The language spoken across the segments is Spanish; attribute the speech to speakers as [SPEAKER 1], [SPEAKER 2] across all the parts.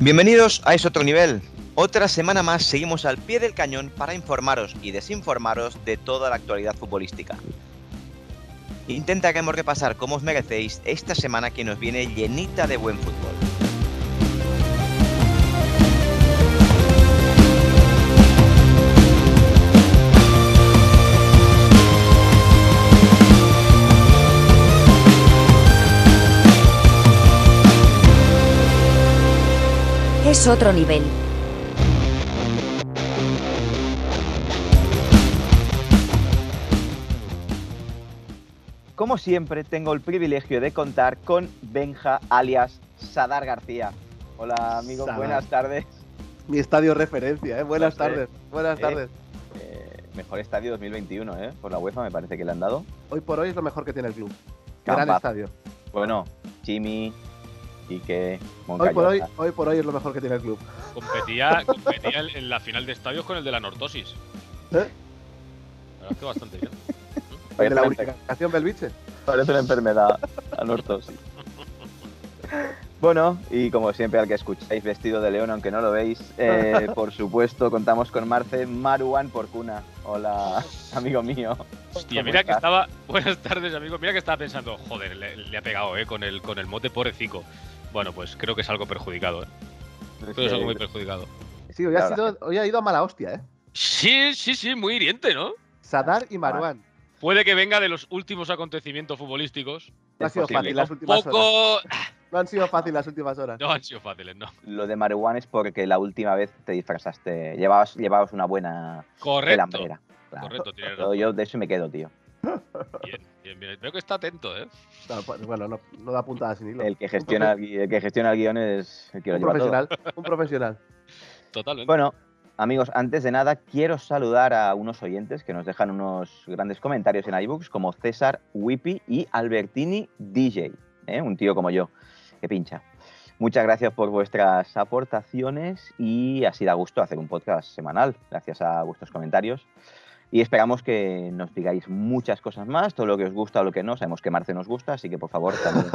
[SPEAKER 1] Bienvenidos a Es Otro Nivel. Otra semana más seguimos al pie del cañón para informaros y desinformaros de toda la actualidad futbolística. Intentaremos repasar como os merecéis esta semana que nos viene llenita de buen fútbol.
[SPEAKER 2] Es otro nivel.
[SPEAKER 1] Como siempre, tengo el privilegio de contar con Benja, alias Sadar García. Hola, amigo,
[SPEAKER 3] Sadar.
[SPEAKER 1] buenas tardes.
[SPEAKER 3] Mi estadio referencia, ¿eh? Buenas
[SPEAKER 1] No sé.
[SPEAKER 3] tardes, buenas
[SPEAKER 1] Eh.
[SPEAKER 3] tardes.
[SPEAKER 1] Eh, mejor estadio 2021, ¿eh? Por la UEFA me parece que le han dado.
[SPEAKER 3] Hoy por hoy es lo mejor que tiene el club.
[SPEAKER 1] Campa.
[SPEAKER 3] Gran estadio.
[SPEAKER 1] Bueno, Chimi, Quique, Moncayo.
[SPEAKER 3] Hoy por hoy, hoy por hoy es lo mejor que tiene el club.
[SPEAKER 4] Competía, competía en- en la final de estadios con el de la Nortosis.
[SPEAKER 3] ¿Eh?
[SPEAKER 4] La verdad es que bastante bien.
[SPEAKER 3] El de la unificación del biche.
[SPEAKER 1] Parece una enfermedad, anortosis. Bueno, y como siempre, al que escucháis vestido de león, aunque no lo veis, eh, por supuesto, contamos con Marce Maruán Porcuna. Hola, amigo mío.
[SPEAKER 4] Hostia,
[SPEAKER 1] ¿Cómo
[SPEAKER 4] mira que
[SPEAKER 1] estás?
[SPEAKER 4] estaba. Buenas tardes, amigo. Mira que estaba pensando, joder, le, le ha pegado, eh, con el, con el mote pobrecico. Bueno, pues creo que es algo perjudicado, eh. Creo que es algo muy perjudicado.
[SPEAKER 3] Sí, hoy ha,
[SPEAKER 1] Claro.
[SPEAKER 3] sido, hoy ha ido a mala hostia, ¿eh?
[SPEAKER 4] Sí, sí, sí, muy hiriente, ¿no?
[SPEAKER 3] Sadar
[SPEAKER 1] Ah,
[SPEAKER 3] y Maruán.
[SPEAKER 4] Puede que venga de los últimos acontecimientos futbolísticos.
[SPEAKER 3] No ha
[SPEAKER 1] Es
[SPEAKER 3] sido
[SPEAKER 1] posible.
[SPEAKER 3] fácil las últimas horas.
[SPEAKER 4] Poco.
[SPEAKER 3] No han sido fácil las últimas horas.
[SPEAKER 4] No han sido fáciles, ¿no?
[SPEAKER 1] Lo de Maruán es porque la última vez te disfrazaste. Llevabas, llevabas una buena
[SPEAKER 4] Correcto.
[SPEAKER 1] pelambrera. Claro.
[SPEAKER 4] Correcto, tienes
[SPEAKER 1] Yo,
[SPEAKER 4] razón.
[SPEAKER 1] yo de eso me quedo, tío.
[SPEAKER 4] Bien, bien, bien. Veo que está atento, eh.
[SPEAKER 3] No, pues, bueno, no, no da puntada sin hilo.
[SPEAKER 1] El que gestiona el, gui- el que gestiona el guión es el que lo
[SPEAKER 3] un
[SPEAKER 1] lleva todo.
[SPEAKER 3] profesional, un profesional.
[SPEAKER 4] Totalmente.
[SPEAKER 1] Bueno, amigos, antes de nada quiero saludar a unos oyentes que nos dejan unos grandes comentarios en iBooks, como César Whippy y Albertini DJ, ¿eh? un tío como yo, que pincha. Muchas gracias por vuestras aportaciones y así da gusto hacer un podcast semanal, gracias a vuestros comentarios. Y esperamos que nos digáis muchas cosas más, todo lo que os gusta o lo que no. Sabemos que Marce nos gusta, así que por favor también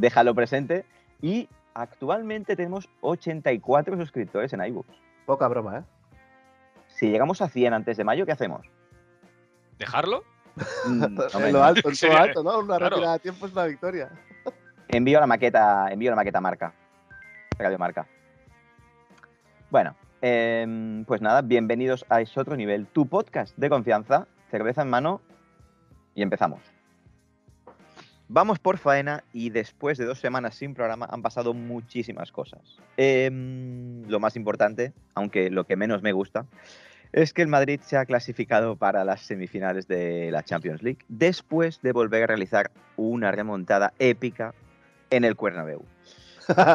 [SPEAKER 1] déjalo presente. Y actualmente tenemos 84 suscriptores en iBooks.
[SPEAKER 3] Poca broma, ¿eh?
[SPEAKER 1] Si llegamos a 100 antes de mayo, ¿qué hacemos?
[SPEAKER 4] ¿Dejarlo?
[SPEAKER 1] Mm, no,
[SPEAKER 3] en
[SPEAKER 1] hombre,
[SPEAKER 3] lo
[SPEAKER 1] no.
[SPEAKER 3] alto, en todo
[SPEAKER 4] Sería-
[SPEAKER 3] alto, ¿no? Una
[SPEAKER 4] claro.
[SPEAKER 3] retirada de tiempo es una victoria.
[SPEAKER 1] Envío la maqueta, envío la maqueta a marca. Radio Marca. Bueno, em, pues nada, bienvenidos a Es Otro Nivel, tu podcast de confianza, cerveza en mano y empezamos. Vamos por faena y después de dos semanas sin programa han pasado muchísimas cosas. Em, lo más importante, aunque lo que menos me gusta, es que el Madrid se ha clasificado para las semifinales de la Champions League después de volver a realizar una remontada épica en el Cuernabéu.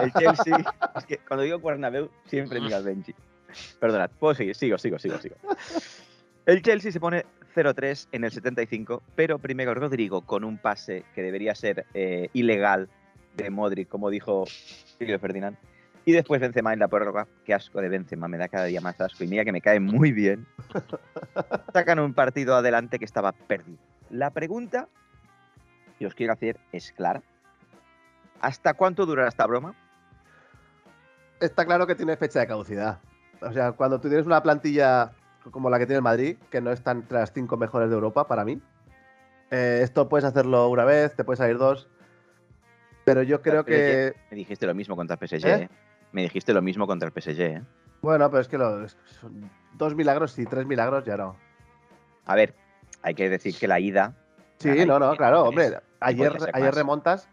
[SPEAKER 1] El Chelsea, es que cuando digo Cuernabéu siempre mira al Benji. Perdonad, puedo seguir, sigo, sigo, sigo, sigo. El Chelsea se pone 0-3 en el 75, pero primero Rodrigo con un pase que debería ser eh, ilegal de Modric, como dijo Silvio Ferdinand. Y después Benzema en la prórroga. Qué asco de Benzema, me da cada día más asco. Y mira que me cae muy bien. Sacan un partido adelante que estaba perdido. La pregunta que os quiero hacer es clara. ¿Hasta cuánto durará esta broma?
[SPEAKER 3] está claro que tiene fecha de caducidad. O sea, cuando tú tienes una plantilla como la que tiene el Madrid, que no están entre las cinco mejores de Europa para mí, eh, esto puedes hacerlo una vez, te puedes salir dos. Pero yo creo
[SPEAKER 1] pero
[SPEAKER 3] que.
[SPEAKER 1] Me dijiste lo mismo contra el PSG.
[SPEAKER 3] ¿Eh?
[SPEAKER 1] ¿eh? Me dijiste lo mismo contra el PSG. ¿eh?
[SPEAKER 3] Bueno, pero es que los, son dos milagros y tres milagros ya no.
[SPEAKER 1] A ver, hay que decir que la ida.
[SPEAKER 3] Sí,
[SPEAKER 1] Caray,
[SPEAKER 3] no, no,
[SPEAKER 1] tres, tres.
[SPEAKER 3] claro, hombre. Ayer,
[SPEAKER 1] podría ser
[SPEAKER 3] ayer
[SPEAKER 1] más.
[SPEAKER 3] remontas,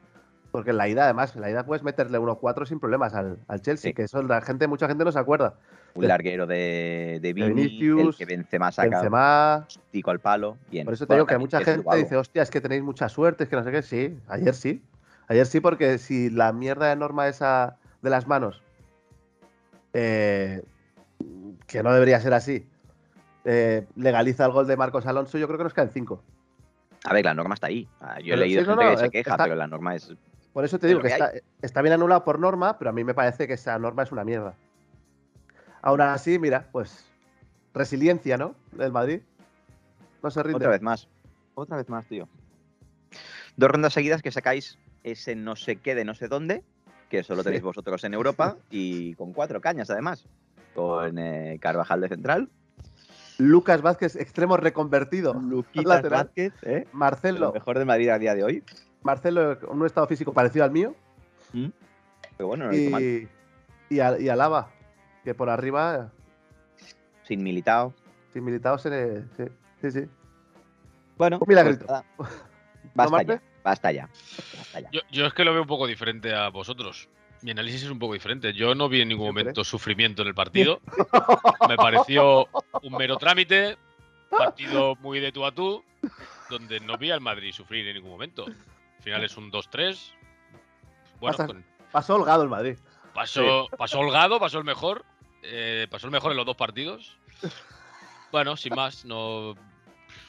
[SPEAKER 3] porque en la ida, además, en la ida puedes meterle 1-4 sin problemas al, al Chelsea,
[SPEAKER 1] Sí.
[SPEAKER 3] que eso la gente, mucha gente no se acuerda.
[SPEAKER 1] Un larguero de, de Vini, el
[SPEAKER 3] Vinicius,
[SPEAKER 1] que Benzema saca
[SPEAKER 3] Benzema,
[SPEAKER 1] un tico al palo. Bien.
[SPEAKER 3] Por eso te
[SPEAKER 1] Bueno,
[SPEAKER 3] digo que
[SPEAKER 1] también
[SPEAKER 3] mucha
[SPEAKER 1] es
[SPEAKER 3] gente
[SPEAKER 1] Lubago.
[SPEAKER 3] dice, hostia, es que tenéis mucha suerte, es que no sé qué. Sí, ayer sí. Ayer sí, porque si la mierda de norma esa de las manos, eh, que no debería ser así, eh, legaliza el gol de Marcos Alonso, yo creo que nos caen cinco.
[SPEAKER 1] A ver, la norma está ahí. Ah, Yo he
[SPEAKER 3] Pero
[SPEAKER 1] leído
[SPEAKER 3] sí, no,
[SPEAKER 1] gente
[SPEAKER 3] no,
[SPEAKER 1] que se
[SPEAKER 3] eh,
[SPEAKER 1] queja,
[SPEAKER 3] está-
[SPEAKER 1] pero la norma es.
[SPEAKER 3] Por eso te
[SPEAKER 1] Es
[SPEAKER 3] digo
[SPEAKER 1] lo
[SPEAKER 3] que
[SPEAKER 1] que
[SPEAKER 3] está, está bien anulado por norma, pero a mí me parece que esa norma es una mierda. Aún así, mira, pues resiliencia, ¿no? Del Madrid. No se rinde.
[SPEAKER 1] Otra vez más. Otra vez más, tío. Dos rondas seguidas que sacáis ese no sé qué de no sé dónde, que solo tenéis vosotros en Europa y con cuatro cañas además, con eh, Carvajal de central,
[SPEAKER 3] Lucas Vázquez, extremo reconvertido.
[SPEAKER 1] Luquitas
[SPEAKER 3] Lateral.
[SPEAKER 1] Vázquez, ¿eh? lo
[SPEAKER 3] Marcelo,
[SPEAKER 1] mejor de Madrid a día de hoy,
[SPEAKER 3] Marcelo, con un estado físico parecido al mío.
[SPEAKER 1] pero bueno, no lo hizo Ah, mal,
[SPEAKER 3] Y, y, Al- y Alaba, que por arriba,
[SPEAKER 1] sin militado.
[SPEAKER 3] sin militados, se le- sí, sí, sí.
[SPEAKER 1] Bueno, pues
[SPEAKER 3] Un milagrito.
[SPEAKER 1] nada. basta,
[SPEAKER 3] Marce?
[SPEAKER 1] ya, basta ya, basta ya.
[SPEAKER 4] Yo, yo es que lo veo un poco diferente a vosotros. Mi análisis es un poco diferente. Yo no vi en ningún
[SPEAKER 3] Siempre.
[SPEAKER 4] momento sufrimiento en el partido. Me pareció un mero trámite, partido muy de tú a tú, donde no vi al Madrid sufrir en ningún momento. Al final es un 2-3. Bueno,
[SPEAKER 3] Pasas-
[SPEAKER 4] con-
[SPEAKER 3] Pasó holgado el Madrid.
[SPEAKER 4] pasó, pasó holgado, pasó el mejor. eh, pasó el mejor en los dos partidos. Bueno, sin más, no.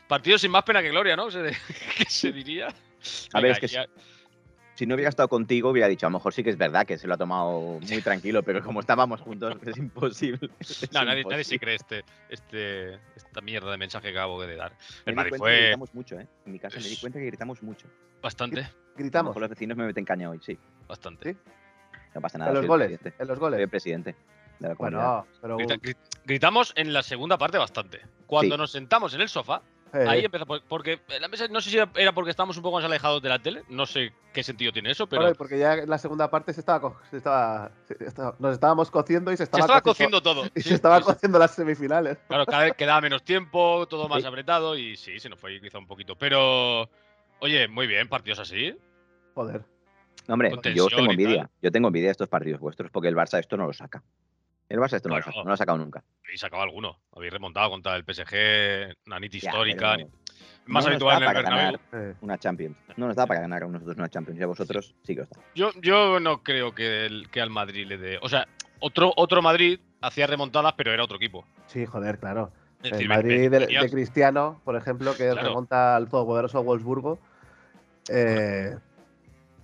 [SPEAKER 4] Partido sin más pena que gloria, ¿no? Se, ¿Qué se diría?
[SPEAKER 1] A ver, es
[SPEAKER 4] Venga,
[SPEAKER 1] que
[SPEAKER 4] ya-
[SPEAKER 1] Si no hubiera estado contigo, hubiera dicho, a lo mejor sí que es verdad que se lo ha tomado muy tranquilo, pero como estábamos juntos, es imposible. Es
[SPEAKER 4] No, nadie, nadie se
[SPEAKER 1] imposible.
[SPEAKER 4] cree este, este, esta mierda de mensaje que acabo de dar.
[SPEAKER 1] Me
[SPEAKER 4] El
[SPEAKER 1] di cuenta
[SPEAKER 4] Madrid
[SPEAKER 1] que
[SPEAKER 4] fue
[SPEAKER 1] gritamos mucho, ¿eh? En mi casa me di
[SPEAKER 4] Es-
[SPEAKER 1] cuenta que gritamos mucho.
[SPEAKER 4] bastante,
[SPEAKER 1] A lo
[SPEAKER 3] Gritamos
[SPEAKER 1] mejor los vecinos me meten caña hoy, sí.
[SPEAKER 4] bastante.
[SPEAKER 1] No pasa nada.
[SPEAKER 3] en
[SPEAKER 1] soy
[SPEAKER 3] los
[SPEAKER 1] el
[SPEAKER 3] goles.
[SPEAKER 1] presidente.
[SPEAKER 3] En los
[SPEAKER 1] Soy
[SPEAKER 3] goles.
[SPEAKER 1] el presidente de la comunidad.
[SPEAKER 3] Bueno, pero.
[SPEAKER 4] Grita- grit- gritamos en la segunda parte bastante. Cuando
[SPEAKER 1] Sí.
[SPEAKER 4] nos sentamos en el sofá,
[SPEAKER 3] eh,
[SPEAKER 4] ahí empezamos. Porque la mesa, no sé si era, era porque estábamos un poco más alejados de la tele, no sé qué sentido tiene eso, pero
[SPEAKER 3] bueno, porque ya en la segunda parte se estaba, co- se estaba, se estaba- nos estábamos cociendo y se
[SPEAKER 4] se
[SPEAKER 3] estaba,
[SPEAKER 4] estaba
[SPEAKER 3] coci-
[SPEAKER 4] cociendo todo.
[SPEAKER 3] y
[SPEAKER 4] Sí,
[SPEAKER 3] se estaba
[SPEAKER 4] sí, sí.
[SPEAKER 3] cociendo las semifinales.
[SPEAKER 4] Claro, cada vez quedaba menos tiempo, todo más
[SPEAKER 1] Sí.
[SPEAKER 4] apretado y sí, se nos fue quizá un poquito. Pero, oye, muy bien, partidos así.
[SPEAKER 3] Joder.
[SPEAKER 1] No, hombre,
[SPEAKER 4] con
[SPEAKER 1] yo os
[SPEAKER 4] tensión
[SPEAKER 1] tengo
[SPEAKER 4] y
[SPEAKER 1] envidia.
[SPEAKER 4] tal.
[SPEAKER 1] Yo tengo envidia de estos partidos vuestros porque el Barça esto no lo saca. El Barça esto no lo
[SPEAKER 4] Bueno.
[SPEAKER 1] saca, no lo ha sacado nunca.
[SPEAKER 4] Y sacaba alguno. Habéis remontado contra el PSG, una nit
[SPEAKER 1] Ya,
[SPEAKER 4] histórica.
[SPEAKER 1] pero
[SPEAKER 4] ni- Más
[SPEAKER 1] no nos
[SPEAKER 4] habitual
[SPEAKER 1] da
[SPEAKER 4] en el
[SPEAKER 1] para
[SPEAKER 4] Bernabéu.
[SPEAKER 1] ganar
[SPEAKER 3] eh,
[SPEAKER 1] una Champions. No nos da para ganar a nosotros una Champions. Y a vosotros sí que os da.
[SPEAKER 4] Yo, yo no creo que, el- que al Madrid le dé. O sea, otro, otro Madrid hacía remontadas, pero era otro equipo.
[SPEAKER 3] sí, joder, claro.
[SPEAKER 4] Es
[SPEAKER 3] El
[SPEAKER 4] decir,
[SPEAKER 3] Madrid de,
[SPEAKER 4] venías-
[SPEAKER 3] de Cristiano, por ejemplo, que
[SPEAKER 4] Claro.
[SPEAKER 3] remonta al todopoderoso Wolfsburgo, eh,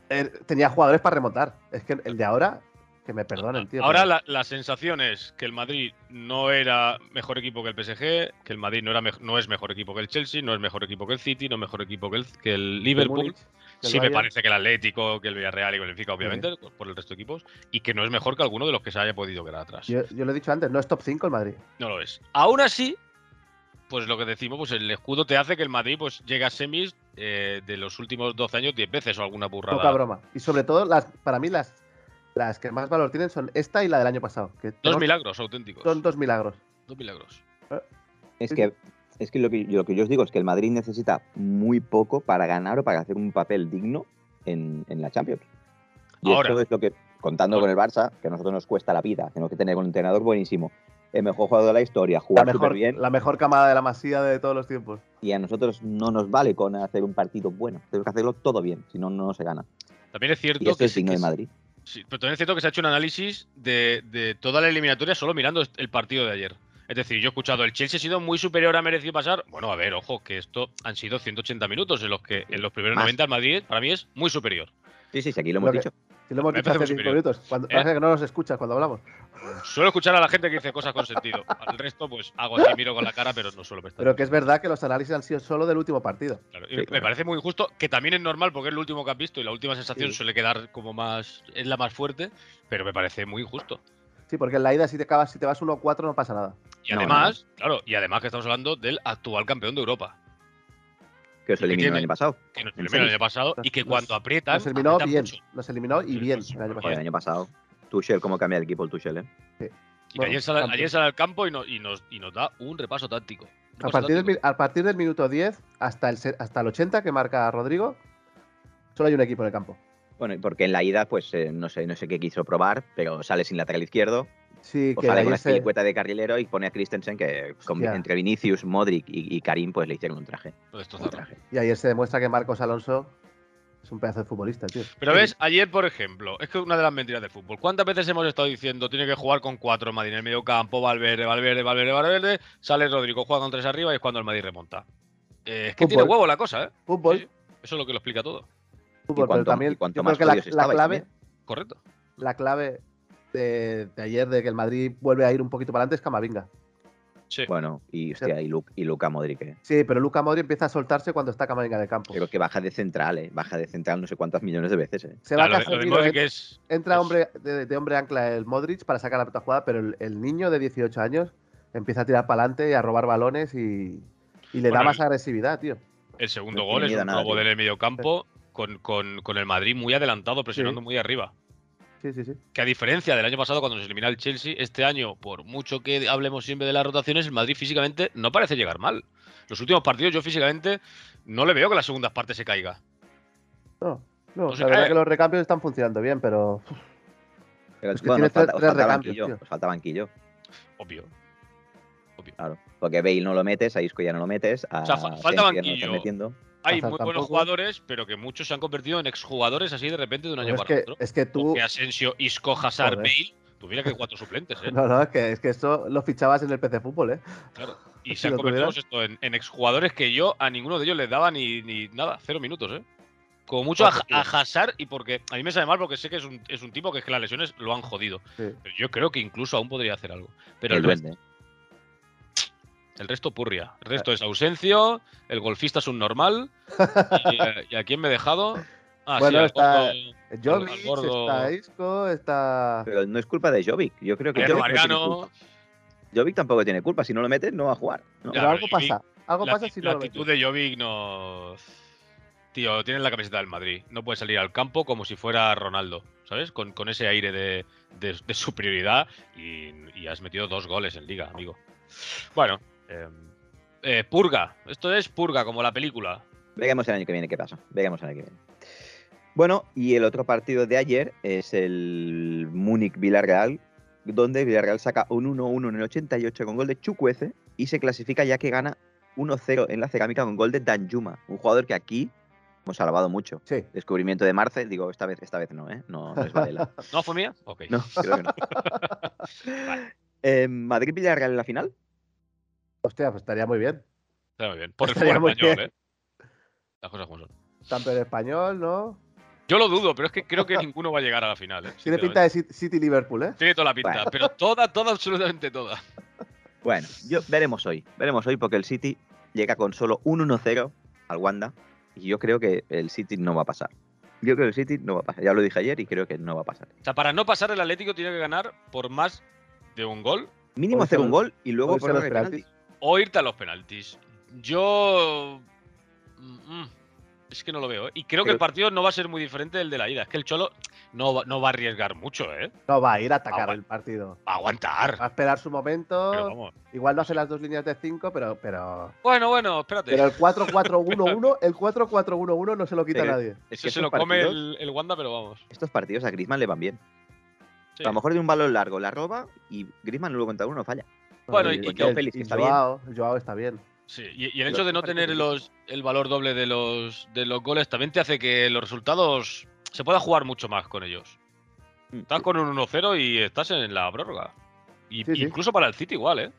[SPEAKER 3] él tenía jugadores para remontar. Es que el de ahora, que me perdonen, tío.
[SPEAKER 4] Ahora
[SPEAKER 3] pero-
[SPEAKER 4] la, la sensación es que el Madrid no era mejor equipo que el PSG, que el Madrid no, era mej- no es mejor equipo que el Chelsea, no es mejor equipo que el City, no es mejor equipo que el, que el
[SPEAKER 3] el
[SPEAKER 4] Liverpool.
[SPEAKER 3] Múnich, que el
[SPEAKER 4] Sí me
[SPEAKER 3] Bayern,
[SPEAKER 4] parece que el Atlético, que el Villarreal y que el Benfica, obviamente, por el resto de equipos, y que no es mejor que alguno de los que se haya podido quedar atrás.
[SPEAKER 3] Yo, yo lo he dicho antes, no es top 5 el Madrid.
[SPEAKER 4] No lo es. Aún así, pues lo que decimos, pues el escudo te hace que el Madrid pues llegue a semis eh, de los últimos 12 años 10 veces o alguna
[SPEAKER 3] Poca
[SPEAKER 4] burrada.
[SPEAKER 3] broma. Y sobre todo, las, para mí, las, las que más valor tienen son esta y la del año pasado. Que
[SPEAKER 4] Dos
[SPEAKER 3] tenemos-
[SPEAKER 4] milagros auténticos.
[SPEAKER 3] son dos milagros.
[SPEAKER 4] Dos milagros.
[SPEAKER 1] Es
[SPEAKER 3] Sí,
[SPEAKER 1] que, es que, lo, que yo, lo que yo os digo es que el Madrid necesita muy poco para ganar o para hacer un papel digno en, en la Champions. Y
[SPEAKER 4] Ahora.
[SPEAKER 1] esto es lo que, contando con el Barça, que a nosotros nos cuesta la vida, tenemos que tener un entrenador buenísimo, el mejor jugador de la historia,
[SPEAKER 3] La
[SPEAKER 1] jugar súper
[SPEAKER 3] mejor,
[SPEAKER 1] bien,
[SPEAKER 3] la mejor camada de la masía de todos los tiempos.
[SPEAKER 1] y a nosotros no nos vale con hacer un partido bueno, tenemos que hacerlo todo bien, si no, no se gana.
[SPEAKER 4] También es cierto
[SPEAKER 1] Y esto
[SPEAKER 4] que,
[SPEAKER 1] es
[SPEAKER 4] sí
[SPEAKER 1] digno
[SPEAKER 4] que
[SPEAKER 1] de
[SPEAKER 4] se-
[SPEAKER 1] Madrid.
[SPEAKER 4] sí, pero también es cierto que se ha hecho un análisis de, de toda la eliminatoria solo mirando est- el partido de ayer. Es decir, yo he escuchado, el Chelsea ha sido muy superior, ha merecido pasar. Bueno, a ver, ojo, que esto han sido 180 minutos en los que en los primeros
[SPEAKER 1] Más.
[SPEAKER 4] 90 el Madrid para mí es muy superior.
[SPEAKER 1] Sí, sí, sí, aquí lo
[SPEAKER 3] Lo
[SPEAKER 1] hemos
[SPEAKER 3] que-
[SPEAKER 1] dicho.
[SPEAKER 3] Si lo hemos
[SPEAKER 4] Me
[SPEAKER 3] dicho
[SPEAKER 4] parece
[SPEAKER 3] hace
[SPEAKER 4] muy
[SPEAKER 3] 5
[SPEAKER 4] superior.
[SPEAKER 3] minutos. Cuando,
[SPEAKER 4] Eh.
[SPEAKER 3] Parece que no nos escuchas cuando hablamos.
[SPEAKER 4] Suelo escuchar a la gente que dice cosas con sentido. Al resto, pues hago así, miro con la cara, pero no suelo prestar.
[SPEAKER 3] Pero que es verdad que los análisis han sido solo del último partido.
[SPEAKER 4] Claro, y
[SPEAKER 1] Sí,
[SPEAKER 4] me
[SPEAKER 1] claro.
[SPEAKER 4] parece muy injusto, que también es normal porque es lo último que has visto y la última sensación
[SPEAKER 3] Sí.
[SPEAKER 4] suele quedar como más. es la más fuerte, pero me parece muy injusto.
[SPEAKER 3] Sí, porque en la ida si te acabas, si te vas 1-4 no pasa nada.
[SPEAKER 4] Y
[SPEAKER 1] No, no.
[SPEAKER 4] además, claro, y además que estamos hablando del actual campeón de Europa,
[SPEAKER 1] Que os
[SPEAKER 4] ¿Qué
[SPEAKER 1] eliminó el
[SPEAKER 4] tiene?
[SPEAKER 1] año pasado.
[SPEAKER 4] que nos
[SPEAKER 1] En
[SPEAKER 4] eliminó el
[SPEAKER 1] semis.
[SPEAKER 4] año pasado y que
[SPEAKER 3] Nos-
[SPEAKER 4] cuando aprietan.
[SPEAKER 3] Nos eliminó bien.
[SPEAKER 4] aprietan mucho.
[SPEAKER 3] Nos eliminó y
[SPEAKER 4] Sí,
[SPEAKER 3] bien
[SPEAKER 4] sí,
[SPEAKER 3] el año
[SPEAKER 1] Joder,
[SPEAKER 4] sí.
[SPEAKER 3] pasado.
[SPEAKER 1] el año pasado. Tuchel, cómo cambia el equipo el Tuchel, ¿eh?
[SPEAKER 4] Y que
[SPEAKER 3] Bueno,
[SPEAKER 4] ayer, sale,
[SPEAKER 3] campeón.
[SPEAKER 4] ayer sale al campo y, no- y nos, y nos da un repaso táctico. Un
[SPEAKER 3] A
[SPEAKER 4] repaso
[SPEAKER 3] partir, del,
[SPEAKER 4] táctico.
[SPEAKER 3] mi- a partir del minuto 10 hasta el, se- hasta el 80 que marca Rodrigo, solo hay un equipo en el campo.
[SPEAKER 1] Bueno, y porque en la ida, pues eh, no sé, no sé qué quiso probar, pero sale sin lateral izquierdo,
[SPEAKER 3] Sí,
[SPEAKER 1] o
[SPEAKER 3] que
[SPEAKER 1] sale
[SPEAKER 3] ahí
[SPEAKER 1] con la
[SPEAKER 3] se-
[SPEAKER 1] espilicueta de carrilero y pone a Christensen que con-
[SPEAKER 3] Hostia.
[SPEAKER 1] entre Vinicius, Modric y, y Karim, pues le hicieron un traje.
[SPEAKER 4] Lo destrozaron.
[SPEAKER 1] Un traje.
[SPEAKER 3] y ayer se demuestra que Marcos Alonso es un pedazo de futbolista, tío.
[SPEAKER 4] Pero ves, ayer, por ejemplo, es que una de las mentiras del fútbol. ¿Cuántas veces hemos estado diciendo tiene que jugar con cuatro el Madrid en el medio campo, Valverde, Valverde, Valverde, Valverde? Sale Rodrigo, juega con tres arriba y es cuando el Madrid remonta. Eh, es que tiene
[SPEAKER 3] Fútbol.
[SPEAKER 4] huevo la cosa, ¿eh?
[SPEAKER 3] Fútbol,
[SPEAKER 4] Eso es lo que lo explica todo.
[SPEAKER 3] fútbol, pero
[SPEAKER 1] cuanto-
[SPEAKER 3] también
[SPEAKER 1] y cuanto
[SPEAKER 3] yo
[SPEAKER 1] más
[SPEAKER 3] creo que la,
[SPEAKER 1] jodidos
[SPEAKER 3] la
[SPEAKER 1] estabais
[SPEAKER 3] clave,
[SPEAKER 1] también.
[SPEAKER 4] Correcto.
[SPEAKER 3] la clave de, de ayer de que el Madrid vuelve a ir un poquito para adelante es Camavinga.
[SPEAKER 4] Sí.
[SPEAKER 1] Bueno, y, hostia, y, Lu- y Luca Modric. eh.
[SPEAKER 3] Sí, pero Luca Modri empieza a soltarse cuando está Camavinga de campo.
[SPEAKER 1] Pero que baja de central, ¿eh? Baja de central no sé cuántas millones de veces, ¿eh?
[SPEAKER 3] Se va
[SPEAKER 4] Claro,
[SPEAKER 3] a
[SPEAKER 4] lo, de- lo de
[SPEAKER 3] Casemiro,
[SPEAKER 4] Modric
[SPEAKER 3] en-
[SPEAKER 4] es.
[SPEAKER 3] entra
[SPEAKER 4] es-
[SPEAKER 3] hombre de, de hombre ancla el Modric para sacar la pelota jugada, pero el, el niño de 18 años empieza a tirar para adelante y a robar balones y, y le da
[SPEAKER 4] Bueno,
[SPEAKER 3] más
[SPEAKER 4] el-
[SPEAKER 3] agresividad, tío.
[SPEAKER 4] El segundo
[SPEAKER 1] No
[SPEAKER 4] gol
[SPEAKER 1] tiene
[SPEAKER 4] es
[SPEAKER 1] miedo a
[SPEAKER 4] un
[SPEAKER 1] nada,
[SPEAKER 4] robo
[SPEAKER 1] tío.
[SPEAKER 4] del mediocampo con, con, con el Madrid muy adelantado, presionando muy arriba.
[SPEAKER 3] Sí, sí, sí.
[SPEAKER 4] Que a diferencia del año pasado cuando nos elimina el Chelsea, este año, por mucho que hablemos siempre de las rotaciones, el Madrid físicamente no parece llegar mal. Los últimos partidos yo físicamente no le veo que las segundas partes se caiga.
[SPEAKER 3] No, no,
[SPEAKER 4] No se
[SPEAKER 3] la verdad
[SPEAKER 4] cae.
[SPEAKER 3] que los recambios están funcionando bien, pero
[SPEAKER 1] Pero,
[SPEAKER 3] Es que
[SPEAKER 1] bueno,
[SPEAKER 3] tiene
[SPEAKER 1] nos falta,
[SPEAKER 3] tres-
[SPEAKER 1] os
[SPEAKER 3] tres
[SPEAKER 1] falta
[SPEAKER 3] recambios,
[SPEAKER 1] banquillo,
[SPEAKER 3] tío.
[SPEAKER 1] os falta banquillo,
[SPEAKER 4] Obvio.
[SPEAKER 1] claro. Porque Bale no lo metes, a Isco ya no lo metes, a
[SPEAKER 4] O sea, fa-
[SPEAKER 1] Asensio ya
[SPEAKER 4] falta
[SPEAKER 1] no lo estás
[SPEAKER 4] banquillo.
[SPEAKER 1] metiendo.
[SPEAKER 4] Hay
[SPEAKER 3] Hazard
[SPEAKER 4] muy buenos
[SPEAKER 3] tampoco.
[SPEAKER 4] jugadores, pero que muchos se han convertido en exjugadores así de repente de un año
[SPEAKER 3] Pues es
[SPEAKER 4] para
[SPEAKER 3] que,
[SPEAKER 4] otro.
[SPEAKER 3] es que tú.
[SPEAKER 4] Porque Asensio, Isco, Hazard,
[SPEAKER 3] Joder.
[SPEAKER 4] Bale, tuviera que cuatro suplentes, ¿eh?
[SPEAKER 3] No, no, es que, es que eso lo fichabas en el PC Fútbol, ¿eh?
[SPEAKER 4] Claro. Y
[SPEAKER 3] Si
[SPEAKER 4] se han
[SPEAKER 3] lo
[SPEAKER 4] convertido pues,
[SPEAKER 3] tuvieran.
[SPEAKER 4] esto en, en exjugadores que yo a ninguno de ellos les daba ni, ni nada, cero minutos, ¿eh? Como mucho a,
[SPEAKER 3] Ojo, tío.
[SPEAKER 4] a Hazard y porque a mí me sabe mal porque sé que es un, es un tipo que es que las lesiones lo han jodido.
[SPEAKER 3] Sí.
[SPEAKER 4] Pero yo creo que incluso aún podría hacer algo. Pero
[SPEAKER 1] El
[SPEAKER 4] el, resto,
[SPEAKER 1] duende.
[SPEAKER 4] el resto purria. El resto es ausencio, el golfista es un normal. ¿Y, eh, ¿y a quién me he dejado? Ah,
[SPEAKER 3] Bueno,
[SPEAKER 4] sí, al
[SPEAKER 3] está-
[SPEAKER 4] gordo-
[SPEAKER 3] Jovic,
[SPEAKER 4] al gordo-
[SPEAKER 3] está Isco, está.
[SPEAKER 1] Pero no es culpa de Jovic. Yo creo que
[SPEAKER 4] Guerrero
[SPEAKER 1] Jovic, no tiene
[SPEAKER 4] Margano.
[SPEAKER 1] culpa. Jovic tampoco tiene culpa. Si no lo metes, no va a jugar. ¿no?
[SPEAKER 4] Ya,
[SPEAKER 3] Pero algo
[SPEAKER 4] Jovic,
[SPEAKER 3] pasa. Algo
[SPEAKER 4] La,
[SPEAKER 3] pasa
[SPEAKER 4] acti-
[SPEAKER 3] si
[SPEAKER 4] la
[SPEAKER 3] no lo
[SPEAKER 4] actitud
[SPEAKER 3] metes.
[SPEAKER 4] de Jovic no. Tío, tiene la camiseta del Madrid. No puede salir al campo como si fuera Ronaldo, ¿sabes? Con, con ese aire de, de- de superioridad y, y has metido dos goles en liga, amigo. Bueno, eh, eh, purga. Esto es purga, como la película.
[SPEAKER 1] Veremos el año que viene qué pasa. Veremos el año que viene. Bueno, y el otro partido de ayer es el Múnich-Villarreal, donde Villarreal saca un 1-1 en el 88 con gol de Chukwueze y se clasifica ya que gana 1-0 en la cerámica con gol de Danjuma, un jugador que aquí hemos salvado mucho.
[SPEAKER 3] Sí.
[SPEAKER 1] Descubrimiento de Marce, digo, esta vez, esta vez no, ¿eh? No, no es Varela.
[SPEAKER 4] ¿No fue mía? Ok.
[SPEAKER 1] No, creo que no. Eh, Madrid-Villarreal en la final.
[SPEAKER 3] Hostia, pues estaría muy bien.
[SPEAKER 4] Está muy bien. Por el
[SPEAKER 3] Estaría
[SPEAKER 4] fútbol
[SPEAKER 3] muy
[SPEAKER 4] español,
[SPEAKER 3] bien.
[SPEAKER 4] ¿eh? Las cosas como son.
[SPEAKER 3] Campeón español, ¿no?
[SPEAKER 4] Yo lo dudo, pero es que creo que ninguno va a llegar a la final. ¿eh?
[SPEAKER 3] Tiene pinta de City Liverpool, ¿eh?
[SPEAKER 4] sinceramente. Tiene toda la pinta,
[SPEAKER 1] Bueno.
[SPEAKER 4] pero toda, toda, absolutamente toda.
[SPEAKER 1] Bueno, yo veremos hoy. Veremos hoy porque el City llega con solo un 1-0 al Wanda. Y yo creo que el City no va a pasar. Yo creo que el City no va a pasar. Ya lo dije ayer y creo que no va a pasar.
[SPEAKER 4] O sea, para no pasar el Atlético tiene que ganar por más de un gol
[SPEAKER 1] Mínimo
[SPEAKER 3] Hoy
[SPEAKER 1] hacer
[SPEAKER 3] son-
[SPEAKER 1] un gol y luego
[SPEAKER 3] hoy son
[SPEAKER 1] poner
[SPEAKER 3] los
[SPEAKER 1] el
[SPEAKER 3] penaltis.
[SPEAKER 1] penalti.
[SPEAKER 4] o irte a los penaltis. Yo mm, mm, es que no lo veo. ¿eh? Y creo que
[SPEAKER 1] Pero-
[SPEAKER 4] el partido no va a ser muy diferente del de la ida. Es que el Cholo no va, no va a arriesgar mucho, ¿eh?
[SPEAKER 3] No, va a ir a atacar
[SPEAKER 4] Ah, va.
[SPEAKER 3] el partido.
[SPEAKER 4] Va a aguantar.
[SPEAKER 3] Va a esperar su momento.
[SPEAKER 1] Ah.
[SPEAKER 4] Pero vamos.
[SPEAKER 3] Igual no hace las dos líneas de 5, pero, pero.
[SPEAKER 4] Bueno, bueno, espérate.
[SPEAKER 3] Pero el 4-4-1-1, el 4-4-1-1 no se lo quita
[SPEAKER 1] Pero-
[SPEAKER 3] nadie.
[SPEAKER 1] Es
[SPEAKER 4] Eso
[SPEAKER 1] que
[SPEAKER 4] se
[SPEAKER 1] estos,
[SPEAKER 4] lo come
[SPEAKER 1] partidos,
[SPEAKER 4] el, el Wanda, pero vamos.
[SPEAKER 1] estos partidos a Griezmann le van bien.
[SPEAKER 4] Sí.
[SPEAKER 1] A lo mejor de un balón largo la roba y Griezmann luego contra uno falla.
[SPEAKER 4] Bueno,
[SPEAKER 1] y-
[SPEAKER 3] el-
[SPEAKER 1] y Joao Félix, que
[SPEAKER 3] y
[SPEAKER 1] está bien.
[SPEAKER 3] Joao, Joao está bien.
[SPEAKER 4] Sí, Y, y el
[SPEAKER 1] Pero
[SPEAKER 4] hecho de
[SPEAKER 1] son
[SPEAKER 4] no
[SPEAKER 1] partidos
[SPEAKER 4] tener los, el valor doble de los, de los goles también te hace que los resultados se pueda jugar mucho más con ellos.
[SPEAKER 1] Mm.
[SPEAKER 4] Estás con un 1-0 y estás en la prórroga. Y,
[SPEAKER 3] Sí, sí.
[SPEAKER 4] Incluso para el City igual, ¿eh?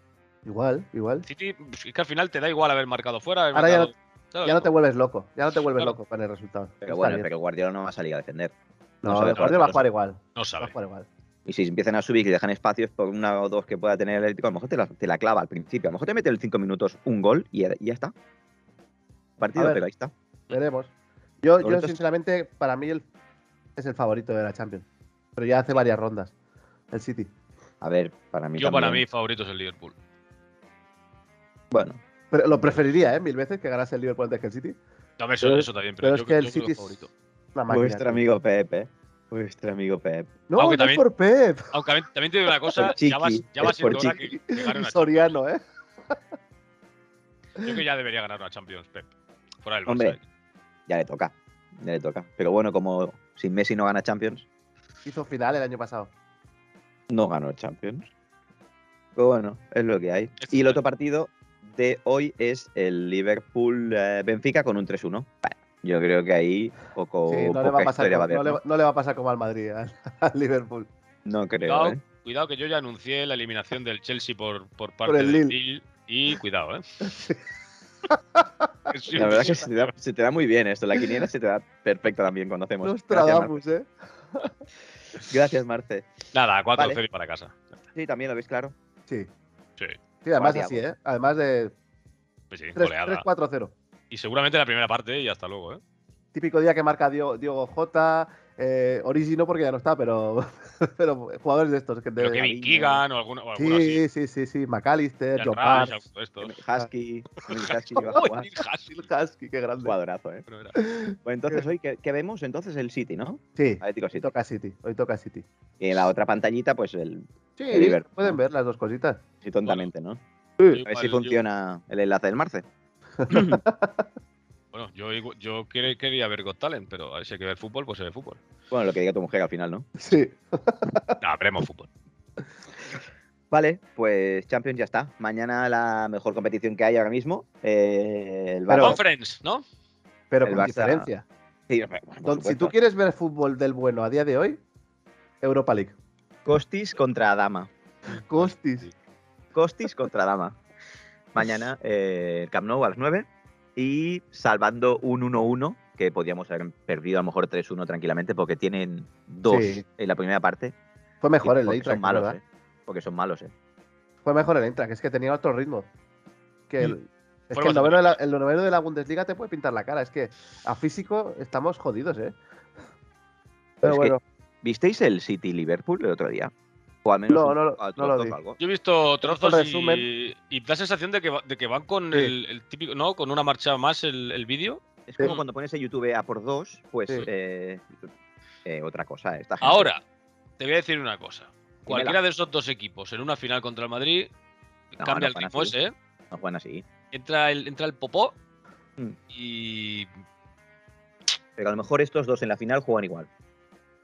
[SPEAKER 3] Igual, igual.
[SPEAKER 4] El City pues, es que al final te da igual haber marcado fuera. haber
[SPEAKER 3] Ahora ya
[SPEAKER 4] marcado- da lo
[SPEAKER 3] Ya no te
[SPEAKER 4] mismo.
[SPEAKER 3] vuelves loco, ya no te vuelves
[SPEAKER 4] Claro.
[SPEAKER 3] loco con el resultado.
[SPEAKER 1] Pero
[SPEAKER 3] Está
[SPEAKER 1] bueno,
[SPEAKER 3] bien.
[SPEAKER 1] pero Guardiola no va a salir a defender. no
[SPEAKER 3] no,
[SPEAKER 1] sabe jugar,
[SPEAKER 3] el Guardiola va a
[SPEAKER 1] no
[SPEAKER 3] jugar igual.
[SPEAKER 4] No
[SPEAKER 3] Va a
[SPEAKER 4] sabe.
[SPEAKER 3] jugar igual.
[SPEAKER 1] Y si empiezan a subir y dejan espacios por una o dos que pueda tener el Atlético, a lo mejor te la, te la clava al principio. A lo mejor te mete en cinco minutos un gol y ya, y ya está. Partido,
[SPEAKER 3] A ver.
[SPEAKER 1] pero ahí está.
[SPEAKER 3] Veremos. Yo,
[SPEAKER 1] Lo
[SPEAKER 3] yo,
[SPEAKER 1] bonito es-
[SPEAKER 3] sinceramente, para mí el, es el favorito de la Champions. Pero ya hace varias rondas. El City.
[SPEAKER 1] A ver, para mí.
[SPEAKER 4] Yo para
[SPEAKER 1] también.
[SPEAKER 4] mí favorito es el Liverpool.
[SPEAKER 1] Bueno,
[SPEAKER 3] Pero lo preferiría, ¿eh? Mil veces que ganase el Liverpool antes que el City.
[SPEAKER 4] No, eso,
[SPEAKER 3] Pero-
[SPEAKER 4] eso también, pero,
[SPEAKER 3] Pero,
[SPEAKER 4] yo,
[SPEAKER 3] es que el
[SPEAKER 4] yo creo
[SPEAKER 3] City
[SPEAKER 4] que
[SPEAKER 3] es
[SPEAKER 4] favorito.
[SPEAKER 3] una máquina.
[SPEAKER 1] vuestro
[SPEAKER 3] tío.
[SPEAKER 1] amigo Pep, ¿eh? Vuestro amigo Pep.
[SPEAKER 3] No,
[SPEAKER 4] Aunque
[SPEAKER 3] no es
[SPEAKER 4] también-
[SPEAKER 3] por Pep.
[SPEAKER 4] Aunque también- también te digo una cosa,
[SPEAKER 1] Por
[SPEAKER 4] ya va
[SPEAKER 1] Chiqui,
[SPEAKER 4] ya va
[SPEAKER 1] es por
[SPEAKER 4] siendo hora que,
[SPEAKER 1] Chiqui.
[SPEAKER 4] que gane una Champions.
[SPEAKER 3] Soriano, ¿eh?
[SPEAKER 4] Yo creo que ya debería ganar una Champions, Pep. Fuera del
[SPEAKER 1] Hombre.
[SPEAKER 4] Barça.
[SPEAKER 1] Ya le toca. Ya le toca. Pero bueno, como si Messi no gana Champions,
[SPEAKER 3] ¿eh? Hizo final el año pasado.
[SPEAKER 1] no ganó Champions. Pero bueno, es lo que hay.
[SPEAKER 4] Es
[SPEAKER 1] Y el
[SPEAKER 4] verdad.
[SPEAKER 1] otro partido de hoy es el Liverpool-Benfica con un 3-1. Bueno, yo creo que ahí poco,
[SPEAKER 3] Sí, no, le
[SPEAKER 1] poca
[SPEAKER 3] va a pasar
[SPEAKER 1] historia va a
[SPEAKER 3] como,
[SPEAKER 1] haber.
[SPEAKER 3] no, le,
[SPEAKER 1] No,
[SPEAKER 3] va- no le va a pasar como al Madrid, al, al Liverpool.
[SPEAKER 1] No creo,
[SPEAKER 4] Cuidado,
[SPEAKER 1] ¿eh?
[SPEAKER 4] cuidado que yo ya anuncié la eliminación del Chelsea por, por parte
[SPEAKER 3] Por el
[SPEAKER 4] del
[SPEAKER 3] Lille.
[SPEAKER 4] Lille. Y cuidado, ¿eh? Sí,
[SPEAKER 1] La verdad que se te, da, se te da muy bien esto. La quiniela se te da perfecta también cuando hacemos. Gracias, Mar-
[SPEAKER 3] Nostradamus, ¿eh?
[SPEAKER 1] Gracias, Marce.
[SPEAKER 4] Nada, 4-0
[SPEAKER 1] Vale.
[SPEAKER 4] y para casa.
[SPEAKER 1] Sí, también lo veis claro.
[SPEAKER 3] Sí.
[SPEAKER 4] Sí.
[SPEAKER 3] Sí, además
[SPEAKER 1] Guardia,
[SPEAKER 3] así, ¿eh? Además de
[SPEAKER 4] Pues sí, goleada.
[SPEAKER 3] 3-4-0.
[SPEAKER 4] Y seguramente la primera parte y hasta luego, ¿eh?
[SPEAKER 3] Típico día que marca Dio- Diogo Jota, eh, Origi no porque ya no está, pero, pero jugadores de estos. Que
[SPEAKER 4] Pero
[SPEAKER 3] de-
[SPEAKER 4] Kevin Keegan o alguno, o alguno
[SPEAKER 3] Sí, sí, sí, sí. McAllister,
[SPEAKER 4] así.
[SPEAKER 3] John
[SPEAKER 4] Atrás,
[SPEAKER 3] Barnes,
[SPEAKER 4] alguno de estos.
[SPEAKER 1] Husky,
[SPEAKER 3] Ah.
[SPEAKER 1] Emil Husky iba a
[SPEAKER 4] Uy,
[SPEAKER 1] jugar.
[SPEAKER 4] Neil Hassel.
[SPEAKER 3] Husky, qué grande.
[SPEAKER 1] Jugadorazo, ¿eh?
[SPEAKER 4] Bueno, era-
[SPEAKER 1] Pues entonces hoy, ¿qué, qué vemos? Entonces el City, ¿no?
[SPEAKER 3] Sí,
[SPEAKER 1] Atlético
[SPEAKER 3] hoy
[SPEAKER 1] City.
[SPEAKER 3] toca City. Hoy toca City.
[SPEAKER 1] Y en la otra pantallita, pues el
[SPEAKER 3] Sí,
[SPEAKER 1] El Liverpool.
[SPEAKER 3] pueden ver las dos cositas.
[SPEAKER 1] sí, tontamente, ¿no?
[SPEAKER 4] yo
[SPEAKER 1] A ver
[SPEAKER 4] igual-
[SPEAKER 1] si
[SPEAKER 4] yo-
[SPEAKER 1] funciona el enlace del Marce.
[SPEAKER 4] Bueno, yo, igu- yo quer- quería ver Got Talent, pero a ver si hay que ver fútbol, pues se ve fútbol.
[SPEAKER 1] Bueno, lo que diga tu mujer al final, ¿no?
[SPEAKER 3] Sí.
[SPEAKER 4] No, veremos fútbol.
[SPEAKER 1] Vale, pues Champions ya está. Mañana la mejor competición que hay ahora mismo. eh, el
[SPEAKER 3] Pero-
[SPEAKER 1] Barça.
[SPEAKER 4] Conference, ¿no?
[SPEAKER 3] Pero
[SPEAKER 1] El
[SPEAKER 3] con
[SPEAKER 1] Barça-
[SPEAKER 3] diferencia.
[SPEAKER 1] Sí, bueno, por
[SPEAKER 3] Entonces, si
[SPEAKER 1] supuesto.
[SPEAKER 3] tú quieres ver fútbol del bueno a día de hoy, Europa League.
[SPEAKER 1] Costis contra Dama.
[SPEAKER 3] Costis.
[SPEAKER 1] Costis contra Dama. Mañana eh, el Camp Nou a las 9 y salvando un 1-1 que podíamos haber perdido a lo mejor 3-1 tranquilamente porque tienen dos
[SPEAKER 3] Sí.
[SPEAKER 1] en la primera parte.
[SPEAKER 3] Fue mejor el
[SPEAKER 1] porque
[SPEAKER 3] Eintracht,
[SPEAKER 1] son malos,
[SPEAKER 3] ¿verdad?
[SPEAKER 1] eh, porque son malos, eh.
[SPEAKER 3] Fue mejor el Eintracht, es que tenía otro ritmo. Que el, es que
[SPEAKER 4] Fue
[SPEAKER 3] el
[SPEAKER 4] bastante
[SPEAKER 3] noveno, de la,
[SPEAKER 4] mejor.
[SPEAKER 3] el noveno de la Bundesliga te puede pintar la cara. Es que a físico estamos jodidos, ¿eh?
[SPEAKER 1] Es
[SPEAKER 3] Pero
[SPEAKER 1] que-
[SPEAKER 3] bueno,
[SPEAKER 1] ¿Visteis el City Liverpool el otro día? O al menos
[SPEAKER 3] No,
[SPEAKER 1] un-
[SPEAKER 3] no lo-
[SPEAKER 1] a-
[SPEAKER 3] no lo vi.
[SPEAKER 1] algo.
[SPEAKER 4] Yo he visto trozos
[SPEAKER 3] resumen.
[SPEAKER 4] y, y da sensación de que, va- de que van con
[SPEAKER 3] Sí.
[SPEAKER 4] el, el típico, ¿no? Con una marcha más el, el vídeo.
[SPEAKER 1] Es como
[SPEAKER 4] Sí.
[SPEAKER 1] cuando pones en YouTube a por dos, pues
[SPEAKER 3] Sí.
[SPEAKER 1] eh, eh, otra cosa. Esta gente-
[SPEAKER 4] Ahora, te voy a decir una cosa. Cualquiera de esos dos equipos en una final contra el Madrid
[SPEAKER 1] No, no
[SPEAKER 4] cambia el
[SPEAKER 1] juegan
[SPEAKER 4] ritmo
[SPEAKER 1] así.
[SPEAKER 4] ese, ¿eh?
[SPEAKER 1] No juegan así.
[SPEAKER 4] Entra el, entra el popó
[SPEAKER 1] Mm.
[SPEAKER 4] y.
[SPEAKER 1] Pero a lo mejor estos dos en la final juegan igual.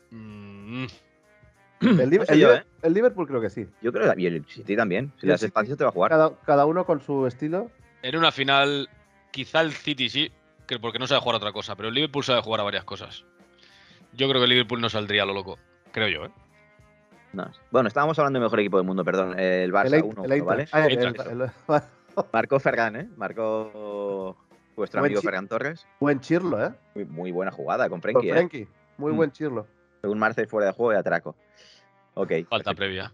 [SPEAKER 4] mm,
[SPEAKER 3] el, Liv-
[SPEAKER 1] no sé
[SPEAKER 3] el
[SPEAKER 1] yo,
[SPEAKER 3] Liv-
[SPEAKER 1] ¿eh?
[SPEAKER 3] el Liverpool creo que sí.
[SPEAKER 1] Yo creo que y el City también. Si
[SPEAKER 3] Yo
[SPEAKER 1] le das
[SPEAKER 3] sí que-
[SPEAKER 1] espacio te va a jugar.
[SPEAKER 3] Cada, cada uno con su estilo.
[SPEAKER 4] en una final, quizá el City sí, que- porque no sabe jugar a otra cosa, pero el Liverpool sabe jugar a varias cosas. Yo creo que el Liverpool no saldría a lo loco. Creo yo, ¿eh?
[SPEAKER 1] No. Bueno, estábamos hablando del mejor equipo del mundo, perdón. El
[SPEAKER 3] El
[SPEAKER 1] Barça
[SPEAKER 3] Eit-
[SPEAKER 1] 1
[SPEAKER 3] el Eintracht.
[SPEAKER 1] ¿vale?
[SPEAKER 3] Ah, el-
[SPEAKER 4] Eintracht.
[SPEAKER 3] el- el-
[SPEAKER 1] Marcó Fergan, ¿eh? Marcó vuestro
[SPEAKER 3] Buen
[SPEAKER 1] amigo
[SPEAKER 3] chi-
[SPEAKER 1] Ferran Torres.
[SPEAKER 3] buen chirlo, ¿eh?
[SPEAKER 1] Muy, muy buena jugada con
[SPEAKER 3] Por
[SPEAKER 1] Frenkie, ¿eh?
[SPEAKER 3] Frenkie. Muy
[SPEAKER 1] Mm.
[SPEAKER 3] buen chirlo.
[SPEAKER 1] Según Marce fuera de juego y atraco. Ok.
[SPEAKER 4] Falta previa.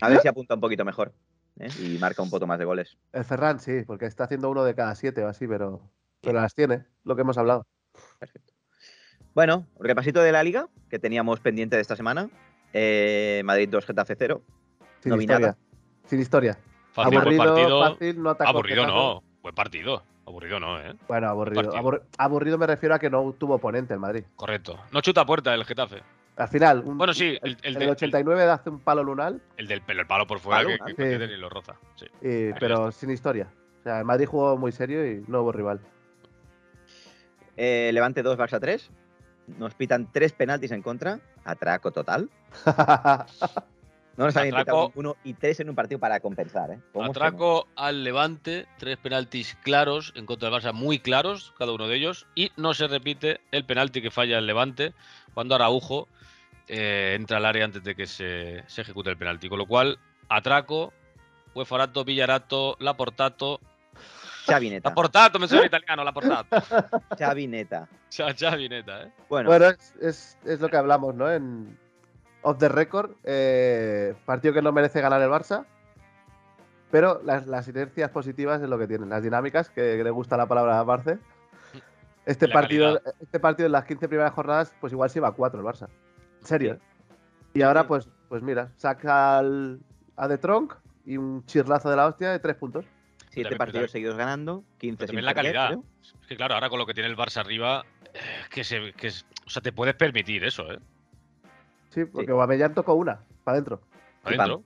[SPEAKER 1] A ver si apunta un poquito mejor. ¿eh? Y marca un poco más de goles.
[SPEAKER 3] El Ferran, sí, porque está haciendo uno de cada siete o así, pero, pero las tiene, lo que hemos hablado.
[SPEAKER 1] Bueno, repasito de la liga que teníamos pendiente de esta semana. Eh, Madrid 2, Getafe 0.
[SPEAKER 3] Sin
[SPEAKER 1] No vi
[SPEAKER 3] historia.
[SPEAKER 1] nada.
[SPEAKER 3] Sin historia.
[SPEAKER 4] Fácil, buen partido.
[SPEAKER 3] fácil, no atacó.
[SPEAKER 4] Aburrido
[SPEAKER 3] Getafe.
[SPEAKER 4] no. Buen partido. Aburrido no, ¿eh?
[SPEAKER 3] Bueno, aburrido.
[SPEAKER 4] partido.
[SPEAKER 3] Abur- aburrido me refiero a que no tuvo oponente el Madrid.
[SPEAKER 4] Correcto. No chuta a puerta el Getafe.
[SPEAKER 3] Al final, un-
[SPEAKER 4] Bueno, sí,
[SPEAKER 3] el,
[SPEAKER 4] el- el
[SPEAKER 3] el
[SPEAKER 4] de- el-
[SPEAKER 3] 89 hace un palo lunar,
[SPEAKER 4] El del pelo, el palo por fuera
[SPEAKER 1] Palo,
[SPEAKER 4] que,
[SPEAKER 1] ¿no?
[SPEAKER 4] que,
[SPEAKER 3] Sí.
[SPEAKER 4] que Dani lo roza. Sí.
[SPEAKER 3] y- eh, pero sin historia. O sea, el Madrid jugó muy serio y no hubo rival.
[SPEAKER 1] Eh, Levante 2, Barça 3. Nos pitan tres penaltis en contra. Atraco total. No nos han
[SPEAKER 4] Atraco.
[SPEAKER 1] pitado uno y tres en un partido para compensar. ¿eh? ¿Cómo se nos-
[SPEAKER 4] Atraco al Levante, tres penaltis claros en contra del Barça, muy claros, cada uno de ellos, y no se repite el penalti que falla el Levante cuando Araujo eh, entra al área antes de que se, se ejecute el penalti. Con lo cual, Atraco, Huefarato, Villarato, Laportato.
[SPEAKER 1] Xavi Neta.
[SPEAKER 4] Laportato, me suena italiano, Laportato.
[SPEAKER 1] Xavi Neta.
[SPEAKER 4] Cha- Xavi Neta, ¿eh?
[SPEAKER 1] Bueno,
[SPEAKER 3] bueno, es, es- es lo que hablamos, ¿no? En off the record, eh, partido que no merece ganar el Barça, pero las, las inercias positivas es lo que tienen, las dinámicas, que, le gusta la palabra a Barce. Este
[SPEAKER 4] La
[SPEAKER 3] partido,
[SPEAKER 4] calidad.
[SPEAKER 3] este partido en las 15 primeras jornadas, pues igual se iba a 4 el Barça. En serio. ¿eh? Y ahora, pues, pues mira, saca al, a The Tronk y un chirlazo de la hostia de 3 puntos.
[SPEAKER 1] siete
[SPEAKER 4] también-
[SPEAKER 1] partidos
[SPEAKER 4] pero-
[SPEAKER 1] seguidos ganando, 15 sin
[SPEAKER 4] Pero también la
[SPEAKER 1] perder,
[SPEAKER 4] calidad.
[SPEAKER 1] creo.
[SPEAKER 4] Es que claro, ahora con lo que tiene el Barça arriba, eh, que se, que es- o sea, te puedes permitir eso, ¿eh?
[SPEAKER 3] Sí, porque
[SPEAKER 1] Sí.
[SPEAKER 3] Aubameyang tocó una, para adentro.
[SPEAKER 1] Sí,
[SPEAKER 4] Adentro.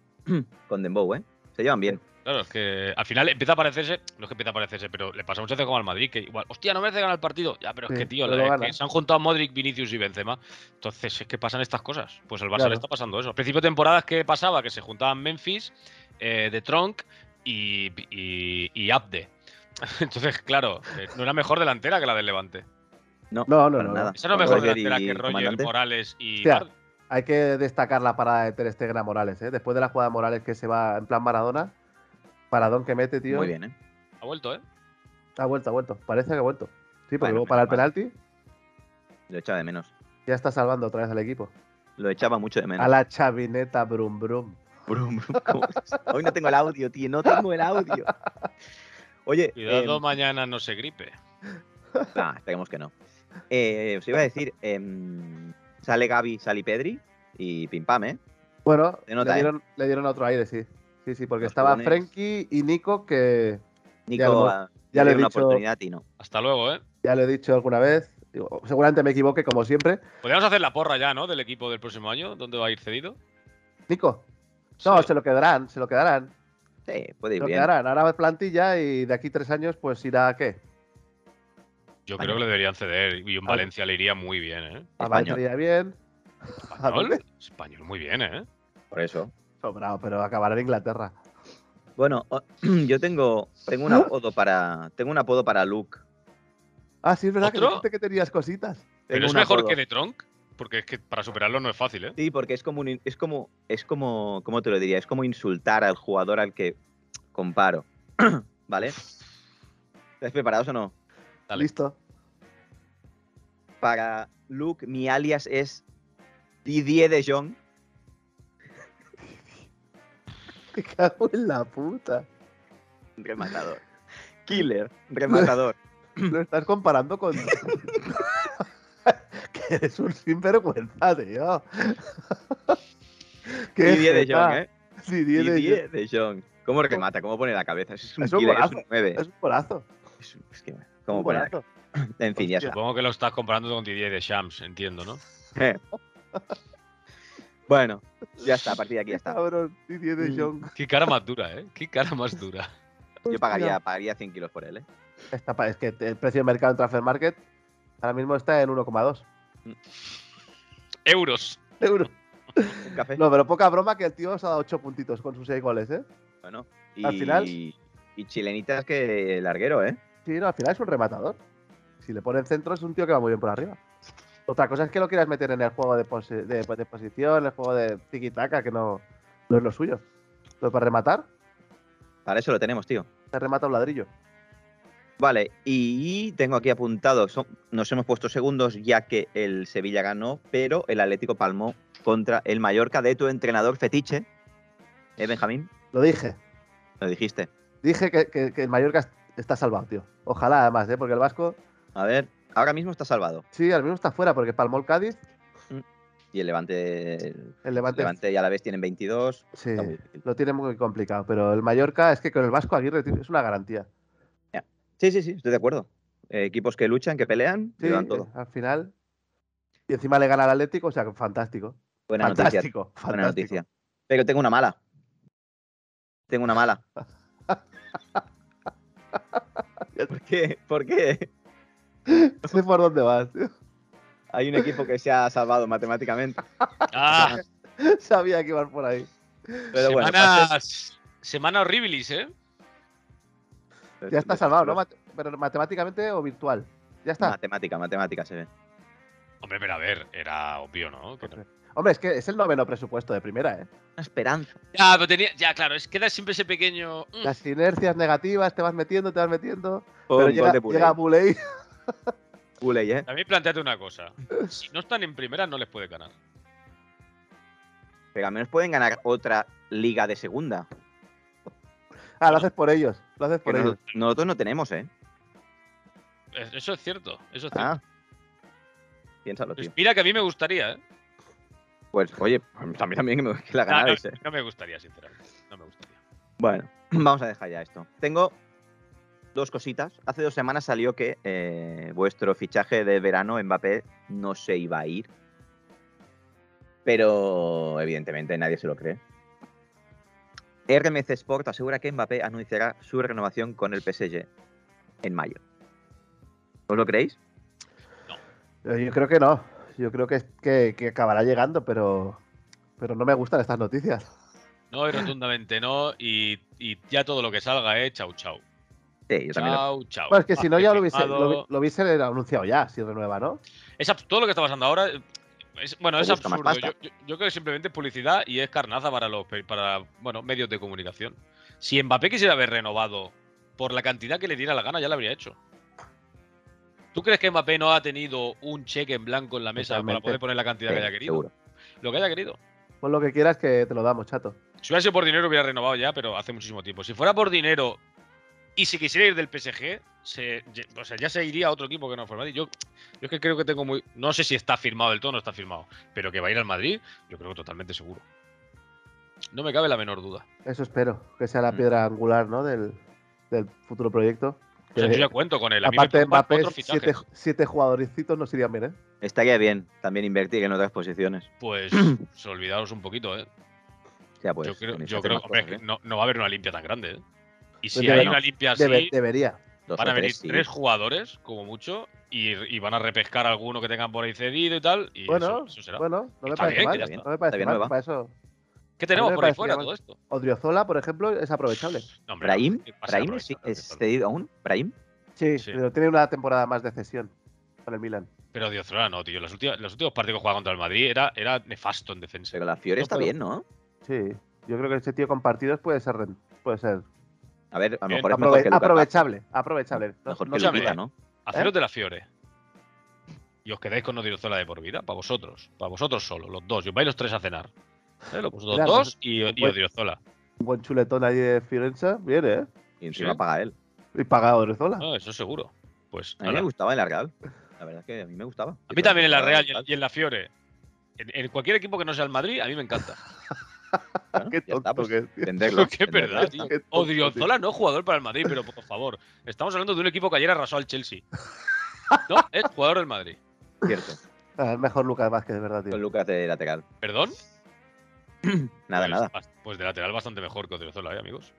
[SPEAKER 1] Con Dembow, ¿eh? Se llevan bien.
[SPEAKER 4] Claro, es que al final empieza a parecerse, no es que empieza a parecerse, pero le pasa muchas veces como al Madrid, que igual, hostia, no merece ganar el partido. Ya, pero es
[SPEAKER 3] Sí,
[SPEAKER 4] que, tío,
[SPEAKER 3] pero
[SPEAKER 4] la-
[SPEAKER 3] lo
[SPEAKER 4] es
[SPEAKER 3] gana.
[SPEAKER 4] que se han juntado Modric, Vinicius y Benzema. Entonces, es que pasan estas cosas. Pues al Barça
[SPEAKER 3] Claro.
[SPEAKER 4] le está pasando eso. Al principio de temporada, ¿qué pasaba? Que se juntaban Memphis, eh, De Tronc y, y, y Abde. Entonces, claro, eh, no era mejor delantera que la del Levante.
[SPEAKER 1] No,
[SPEAKER 3] No, no,
[SPEAKER 1] para
[SPEAKER 3] no,
[SPEAKER 1] nada.
[SPEAKER 3] no.
[SPEAKER 4] Esa no es
[SPEAKER 1] Con
[SPEAKER 4] mejor
[SPEAKER 1] Roger
[SPEAKER 4] delantera
[SPEAKER 1] y
[SPEAKER 4] que Roger
[SPEAKER 1] comandante.
[SPEAKER 4] Morales y
[SPEAKER 3] Hostia.
[SPEAKER 4] Bardi.
[SPEAKER 3] Hay que destacar la parada de Ter Stegen a Morales, ¿eh? Después de la jugada de Morales que se va en plan Maradona, paradón que mete, tío.
[SPEAKER 1] Muy bien, ¿eh?
[SPEAKER 4] Ha vuelto, ¿eh?
[SPEAKER 3] Ha vuelto, ha vuelto. Parece que ha vuelto. Sí, porque
[SPEAKER 1] Bueno,
[SPEAKER 3] luego para el
[SPEAKER 1] menos mal.
[SPEAKER 3] penalti
[SPEAKER 1] Lo echaba de menos.
[SPEAKER 3] ya está salvando otra vez al equipo.
[SPEAKER 1] Lo echaba mucho de menos.
[SPEAKER 3] A la chavineta Brum Brum.
[SPEAKER 1] Brum, brum, ¿cómo es? Hoy no tengo el audio, tío. No tengo el audio. Oye,
[SPEAKER 4] Cuidado,
[SPEAKER 1] em,
[SPEAKER 4] mañana no se gripe.
[SPEAKER 1] nah, esperemos que no. Eh, os iba a decir, em, sale Gaby, sale Pedri y pim pam, ¿eh?
[SPEAKER 3] Bueno,
[SPEAKER 1] Se nota, ¿eh?
[SPEAKER 3] le dieron, le dieron otro aire, sí. Sí, sí, porque
[SPEAKER 1] Los
[SPEAKER 3] estaba
[SPEAKER 1] jugones.
[SPEAKER 3] Frenkie y Nico, que
[SPEAKER 1] Nico,
[SPEAKER 3] Ya lo-
[SPEAKER 1] ah,
[SPEAKER 3] ya lo he
[SPEAKER 1] tiene una
[SPEAKER 3] dicho.
[SPEAKER 1] oportunidad a ti, ¿no?
[SPEAKER 4] Hasta luego, ¿eh?
[SPEAKER 3] ya lo he dicho alguna vez. digo, seguramente me equivoque, como siempre.
[SPEAKER 4] Podríamos hacer la porra ya, ¿no? Del equipo del próximo año. ¿Dónde va a ir cedido?
[SPEAKER 3] Nico, no,
[SPEAKER 4] Sí.
[SPEAKER 1] este
[SPEAKER 3] se lo quedarán, se lo quedarán.
[SPEAKER 1] Sí, puede
[SPEAKER 3] Se
[SPEAKER 1] ir
[SPEAKER 3] lo
[SPEAKER 1] bien.
[SPEAKER 3] quedarán. Ahora va plantilla y de aquí tres años, pues irá a qué?
[SPEAKER 4] Yo
[SPEAKER 1] Español.
[SPEAKER 4] creo que le deberían ceder. Y en
[SPEAKER 3] Al-
[SPEAKER 4] Valencia le iría muy bien, ¿eh?
[SPEAKER 3] A
[SPEAKER 1] Español.
[SPEAKER 3] Valencia irá bien. ¿A
[SPEAKER 4] Español,
[SPEAKER 3] dónde?
[SPEAKER 4] español muy bien, ¿eh?
[SPEAKER 1] Por eso.
[SPEAKER 3] Sobrado, pero acabará en Inglaterra.
[SPEAKER 1] Bueno, o- yo tengo, tengo un apodo para. Tengo un apodo para Luke.
[SPEAKER 3] Ah, sí, es verdad que
[SPEAKER 4] ¿Otro?
[SPEAKER 3] dijiste que tenías cositas.
[SPEAKER 1] Tengo
[SPEAKER 4] Pero es
[SPEAKER 1] un
[SPEAKER 4] mejor
[SPEAKER 1] apodo.
[SPEAKER 4] que de Tronk, porque es que para superarlo no es fácil, ¿eh?
[SPEAKER 1] Sí, porque es como un in- es como es como cómo te lo diría, es como insultar al jugador al que comparo, ¿vale? ¿Estáis preparados o no?
[SPEAKER 4] Dale.
[SPEAKER 3] Listo.
[SPEAKER 1] Para Luke mi alias es Didier de Jong
[SPEAKER 3] Me cago en la puta.
[SPEAKER 1] rematador. Killer, rematador.
[SPEAKER 3] Lo estás comparando con. que eres un sinvergüenza, tío. Qué
[SPEAKER 1] Didier de
[SPEAKER 3] jeta.
[SPEAKER 1] Jong, ¿eh?
[SPEAKER 3] Didier de Jong.
[SPEAKER 1] Didier de Jong. ¿Cómo remata? ¿Cómo pone la cabeza? Es un
[SPEAKER 3] Es un
[SPEAKER 1] killer, es un
[SPEAKER 3] golazo.
[SPEAKER 1] 9.
[SPEAKER 3] Es un golazo.
[SPEAKER 1] Es un- es que, ¿Cómo
[SPEAKER 3] un
[SPEAKER 1] pone la
[SPEAKER 3] golazo.
[SPEAKER 1] cabeza? En fin, ya
[SPEAKER 3] Hostia.
[SPEAKER 1] está.
[SPEAKER 4] Supongo que lo estás comparando con Didier de Shams, entiendo, ¿no?
[SPEAKER 1] Bueno, ya está, a partir de aquí ya está.
[SPEAKER 3] Cabrón, Didier de
[SPEAKER 1] Mm.
[SPEAKER 3] Jong.
[SPEAKER 4] Qué cara más dura, ¿eh? Qué cara más dura.
[SPEAKER 1] Yo pagaría, pagaría 100 kilos por él, ¿eh?
[SPEAKER 3] Está pa- es que el precio de mercado en Transfer Market ahora mismo está en 1,2
[SPEAKER 4] Euros.
[SPEAKER 3] euros.
[SPEAKER 1] Un café.
[SPEAKER 3] No, pero poca broma que el tío os ha dado 8 puntitos con sus 6 goles, ¿eh?
[SPEAKER 1] Bueno, y,
[SPEAKER 3] Al final-
[SPEAKER 1] Y chilenitas que larguero, ¿eh?
[SPEAKER 3] Sí, no, al final es un rematador. Si le ponen centro, es un tío que va muy bien por arriba. Otra cosa es que lo quieras meter en el juego de, posi- de, pues, de posición, el juego de tiki-taka, que no, no es lo suyo. Pero para rematar,
[SPEAKER 1] Para eso lo tenemos, tío.
[SPEAKER 3] te remata un ladrillo.
[SPEAKER 1] Vale, y tengo aquí apuntado, son- nos hemos puesto segundos ya que el Sevilla ganó, pero el Atlético palmó contra el Mallorca de tu entrenador fetiche, ¿eh, Benjamín?
[SPEAKER 3] Lo dije.
[SPEAKER 1] Lo dijiste.
[SPEAKER 3] Dije que, que- que el Mallorca est- está salvado, tío. Ojalá, además, ¿eh? Porque el Vasco,
[SPEAKER 1] A ver, ahora mismo está salvado.
[SPEAKER 3] sí, al menos está fuera, porque palmó el Cádiz,
[SPEAKER 1] Y el Levante, el
[SPEAKER 3] el Levante,
[SPEAKER 1] Levante y Alavés tienen 22.
[SPEAKER 3] sí,
[SPEAKER 1] Está muy difícil.
[SPEAKER 3] lo tiene muy complicado. Pero el Mallorca es que con el Vasco Aguirre tío, es una garantía.
[SPEAKER 1] Sí, sí, sí, estoy de acuerdo. Eh, equipos que luchan, que pelean,
[SPEAKER 3] Sí,
[SPEAKER 1] que dan
[SPEAKER 3] eh,
[SPEAKER 1] todo.
[SPEAKER 3] al final. Y encima le gana al Atlético, o sea, que fantástico.
[SPEAKER 1] Buena noticia.
[SPEAKER 3] fantástico, fantástico.
[SPEAKER 1] Buena noticia. Pero tengo una mala. Tengo una mala. ¿Por qué? ¿Por qué?
[SPEAKER 3] No sé por dónde vas. tío.
[SPEAKER 1] Hay un equipo que se ha salvado matemáticamente.
[SPEAKER 4] Ah,
[SPEAKER 3] Sabía que ibas por ahí.
[SPEAKER 1] Pero bueno, pases-
[SPEAKER 4] semanas. Semana horribilis, ¿eh?
[SPEAKER 3] Ya está salvado, ¿no? Mate- Pero matemáticamente o virtual. Ya está.
[SPEAKER 1] Matemática, matemática se ve.
[SPEAKER 4] Hombre, pero a ver, era obvio, ¿no? Que no.
[SPEAKER 3] Hombre, es que es el noveno presupuesto de primera, ¿eh?
[SPEAKER 1] Una esperanza.
[SPEAKER 4] Ya, pero tenía, ya, claro, es queda siempre ese pequeño. mm,
[SPEAKER 3] Las inercias negativas, te vas metiendo, te vas metiendo.
[SPEAKER 1] Pum,
[SPEAKER 3] pero
[SPEAKER 1] gol
[SPEAKER 3] llega,
[SPEAKER 1] de Puley.
[SPEAKER 3] llega Buley.
[SPEAKER 1] Puley, ¿eh?
[SPEAKER 4] También planteate una cosa. Si no están en primera, no les puede ganar.
[SPEAKER 1] Pero al menos pueden ganar otra liga de segunda.
[SPEAKER 3] Ah, lo haces por ellos. Lo haces
[SPEAKER 1] Que
[SPEAKER 3] por ellos.
[SPEAKER 1] no- nosotros no tenemos, ¿eh?
[SPEAKER 4] Es- Eso es cierto. Eso es cierto.
[SPEAKER 1] Ah. Piénsalo,
[SPEAKER 4] Pues
[SPEAKER 1] tío.
[SPEAKER 4] mira que a mí me gustaría, ¿eh?
[SPEAKER 1] Pues, oye, a mí también que, me, que la
[SPEAKER 4] Ah, no,
[SPEAKER 1] ganáis, ¿eh?
[SPEAKER 4] no me gustaría, sinceramente. No me gustaría.
[SPEAKER 1] Bueno, vamos a dejar ya esto. Tengo dos cositas. Hace dos semanas salió que eh, vuestro fichaje de verano, Mbappé, no se iba a ir. Pero evidentemente nadie se lo cree. RMC Sport asegura que Mbappé anunciará su renovación con el PSG en mayo. ¿Os lo creéis?
[SPEAKER 3] Eh, Yo creo que no. Yo creo que, que, que acabará llegando, pero, pero no me gustan estas noticias.
[SPEAKER 4] No, y rotundamente no. Y, y ya todo lo que salga, ¿eh? Chau, chau.
[SPEAKER 1] Sí, yo también. lo-
[SPEAKER 4] Chau, chau.
[SPEAKER 3] Bueno, es que si
[SPEAKER 4] Ah,
[SPEAKER 3] no,
[SPEAKER 4] he
[SPEAKER 3] ya lo hubiese,
[SPEAKER 4] firmado.
[SPEAKER 3] lo, hubi- lo hubiese anunciado ya, si renueva, ¿no?
[SPEAKER 4] Es abs- todo lo que está pasando ahora. eh, Es, bueno,
[SPEAKER 1] Te
[SPEAKER 4] es
[SPEAKER 1] gusta más
[SPEAKER 4] absurdo. Yo,
[SPEAKER 1] pasta.
[SPEAKER 4] yo- yo creo que simplemente es publicidad y es carnaza para los pe- para, bueno, medios de comunicación. Si Mbappé quisiera haber renovado por la cantidad que le diera la gana, ya lo habría hecho. ¿Tú crees que Mbappé no ha tenido un cheque en blanco en la mesa para
[SPEAKER 3] Totalmente.
[SPEAKER 4] poder poner la cantidad que
[SPEAKER 1] sí,
[SPEAKER 4] haya querido?
[SPEAKER 1] seguro.
[SPEAKER 4] Lo que haya querido.
[SPEAKER 3] Pon lo que quieras que te lo damos, chato.
[SPEAKER 4] Si hubiera sido por dinero, hubiera renovado ya, pero hace muchísimo tiempo. Si fuera por dinero y si quisiera ir del PSG, se- ye- o sea, ya se iría a otro equipo que no fuera Madrid. Yo, yo es que creo que tengo muy. No sé si está firmado del todo o no está firmado, pero que va a ir al Madrid, yo creo que totalmente seguro. No me cabe la menor duda.
[SPEAKER 3] Eso espero, que sea la
[SPEAKER 1] Mm.
[SPEAKER 3] piedra angular, ¿no? Del, del futuro proyecto.
[SPEAKER 4] O sea,
[SPEAKER 3] Que-
[SPEAKER 4] yo ya cuento con él. A mí me
[SPEAKER 3] Aparte de
[SPEAKER 4] preocupan
[SPEAKER 3] Mbappé,
[SPEAKER 4] cuatro fichajes.
[SPEAKER 3] siete, siete jugadorcitos nos irían bien, ¿eh?
[SPEAKER 1] Estaría bien también invertir en otras posiciones.
[SPEAKER 4] Pues se olvidaros un poquito, ¿eh?
[SPEAKER 1] Ya pues,
[SPEAKER 4] yo creo,
[SPEAKER 1] tenéis
[SPEAKER 4] yo
[SPEAKER 1] que hacer
[SPEAKER 4] creo
[SPEAKER 1] más
[SPEAKER 4] hombre,
[SPEAKER 1] cosas,
[SPEAKER 4] que
[SPEAKER 1] ¿eh?
[SPEAKER 4] no, no va a haber una limpia tan grande. ¿eh? Y si
[SPEAKER 3] Debe-
[SPEAKER 4] hay
[SPEAKER 1] no.
[SPEAKER 4] una limpia así,
[SPEAKER 3] Debe- debería.
[SPEAKER 1] Dos
[SPEAKER 4] van
[SPEAKER 1] o
[SPEAKER 4] a venir
[SPEAKER 1] sí.
[SPEAKER 4] tres jugadores, como mucho, y, y van a repescar alguno que tengan por ahí cedido y tal. Y
[SPEAKER 3] Bueno,
[SPEAKER 4] eso, eso será.
[SPEAKER 3] Bueno, no me
[SPEAKER 4] Está
[SPEAKER 3] parece
[SPEAKER 4] bien, que
[SPEAKER 3] mal.
[SPEAKER 4] ya
[SPEAKER 1] está.
[SPEAKER 3] No me parece
[SPEAKER 1] bien,
[SPEAKER 3] mal.
[SPEAKER 1] no le va.
[SPEAKER 3] Para eso.
[SPEAKER 4] ¿Qué tenemos
[SPEAKER 3] me
[SPEAKER 4] por ahí
[SPEAKER 3] parece
[SPEAKER 4] fuera
[SPEAKER 3] mal.
[SPEAKER 4] todo esto?
[SPEAKER 3] Odriozola, por ejemplo, es aprovechable.
[SPEAKER 4] No, hombre,
[SPEAKER 1] Brahim,
[SPEAKER 4] que pase
[SPEAKER 1] Brahim
[SPEAKER 4] la
[SPEAKER 1] sí,
[SPEAKER 4] prueba,
[SPEAKER 1] es este
[SPEAKER 4] claro.
[SPEAKER 1] cedido aún. Brahim,
[SPEAKER 3] Sí,
[SPEAKER 4] Sí.
[SPEAKER 3] pero tiene una temporada más de cesión con el Milan.
[SPEAKER 4] Pero Dios, no, tío. Los últimos, los últimos partidos que jugaba contra el Madrid era, era nefasto en defensa.
[SPEAKER 1] pero la Fiore
[SPEAKER 3] No,
[SPEAKER 1] está
[SPEAKER 3] pero-
[SPEAKER 1] bien, ¿no?
[SPEAKER 3] Sí, yo creo que este tío con partidos puede ser, ren- puede ser
[SPEAKER 1] A ver, a lo
[SPEAKER 4] Bien.
[SPEAKER 1] mejor es
[SPEAKER 3] aprove-
[SPEAKER 1] mejor que Lukaku.
[SPEAKER 3] aprovechable. Aprovechable. No-
[SPEAKER 1] Mejor
[SPEAKER 3] no
[SPEAKER 1] que
[SPEAKER 3] sé
[SPEAKER 4] Escúchame,
[SPEAKER 1] Lukaku,
[SPEAKER 3] por
[SPEAKER 1] ¿no?
[SPEAKER 3] ¿eh?
[SPEAKER 4] Haceros de la Fiore. Y os quedáis con Odriozola de por vida, para vosotros. Para vosotros solo, los dos. Y os vais los tres a cenar. ¿Eh? Los
[SPEAKER 3] Mira,
[SPEAKER 4] dos y, y
[SPEAKER 3] pues-
[SPEAKER 4] Odriozola.
[SPEAKER 3] Un buen chuletón ahí de Firenze, bien, ¿eh?
[SPEAKER 1] Y encima
[SPEAKER 4] Sí.
[SPEAKER 1] paga él.
[SPEAKER 3] Y pagado Odriozola.
[SPEAKER 4] No, eso seguro. Pues
[SPEAKER 1] A mí
[SPEAKER 4] ala.
[SPEAKER 1] me gustaba en la Real. La verdad es que a mí me gustaba.
[SPEAKER 4] A mí también en la Real y en, y en la Fiore. En, en cualquier equipo que no sea el Madrid, a mí me encanta.
[SPEAKER 1] Bueno,
[SPEAKER 3] Qué
[SPEAKER 1] ya está,
[SPEAKER 3] tonto
[SPEAKER 1] pues,
[SPEAKER 3] que es, tío.
[SPEAKER 1] venderlo,
[SPEAKER 4] que es
[SPEAKER 1] venderlo,
[SPEAKER 4] verdad,
[SPEAKER 1] ya
[SPEAKER 4] tío.
[SPEAKER 1] está.
[SPEAKER 3] Qué tonto, tío.
[SPEAKER 4] Odriozola no es jugador para el Madrid, pero por favor. Estamos hablando de un equipo que ayer arrasó al Chelsea. No, es jugador del Madrid.
[SPEAKER 1] Cierto.
[SPEAKER 3] Ah, es mejor Lucas Vázquez, de verdad,
[SPEAKER 1] Con
[SPEAKER 3] tío.
[SPEAKER 1] Lucas de lateral.
[SPEAKER 4] ¿Perdón?
[SPEAKER 1] Nada,
[SPEAKER 4] pues,
[SPEAKER 1] nada.
[SPEAKER 4] bas- Pues de lateral bastante mejor que Odriozola, ¿eh, amigos?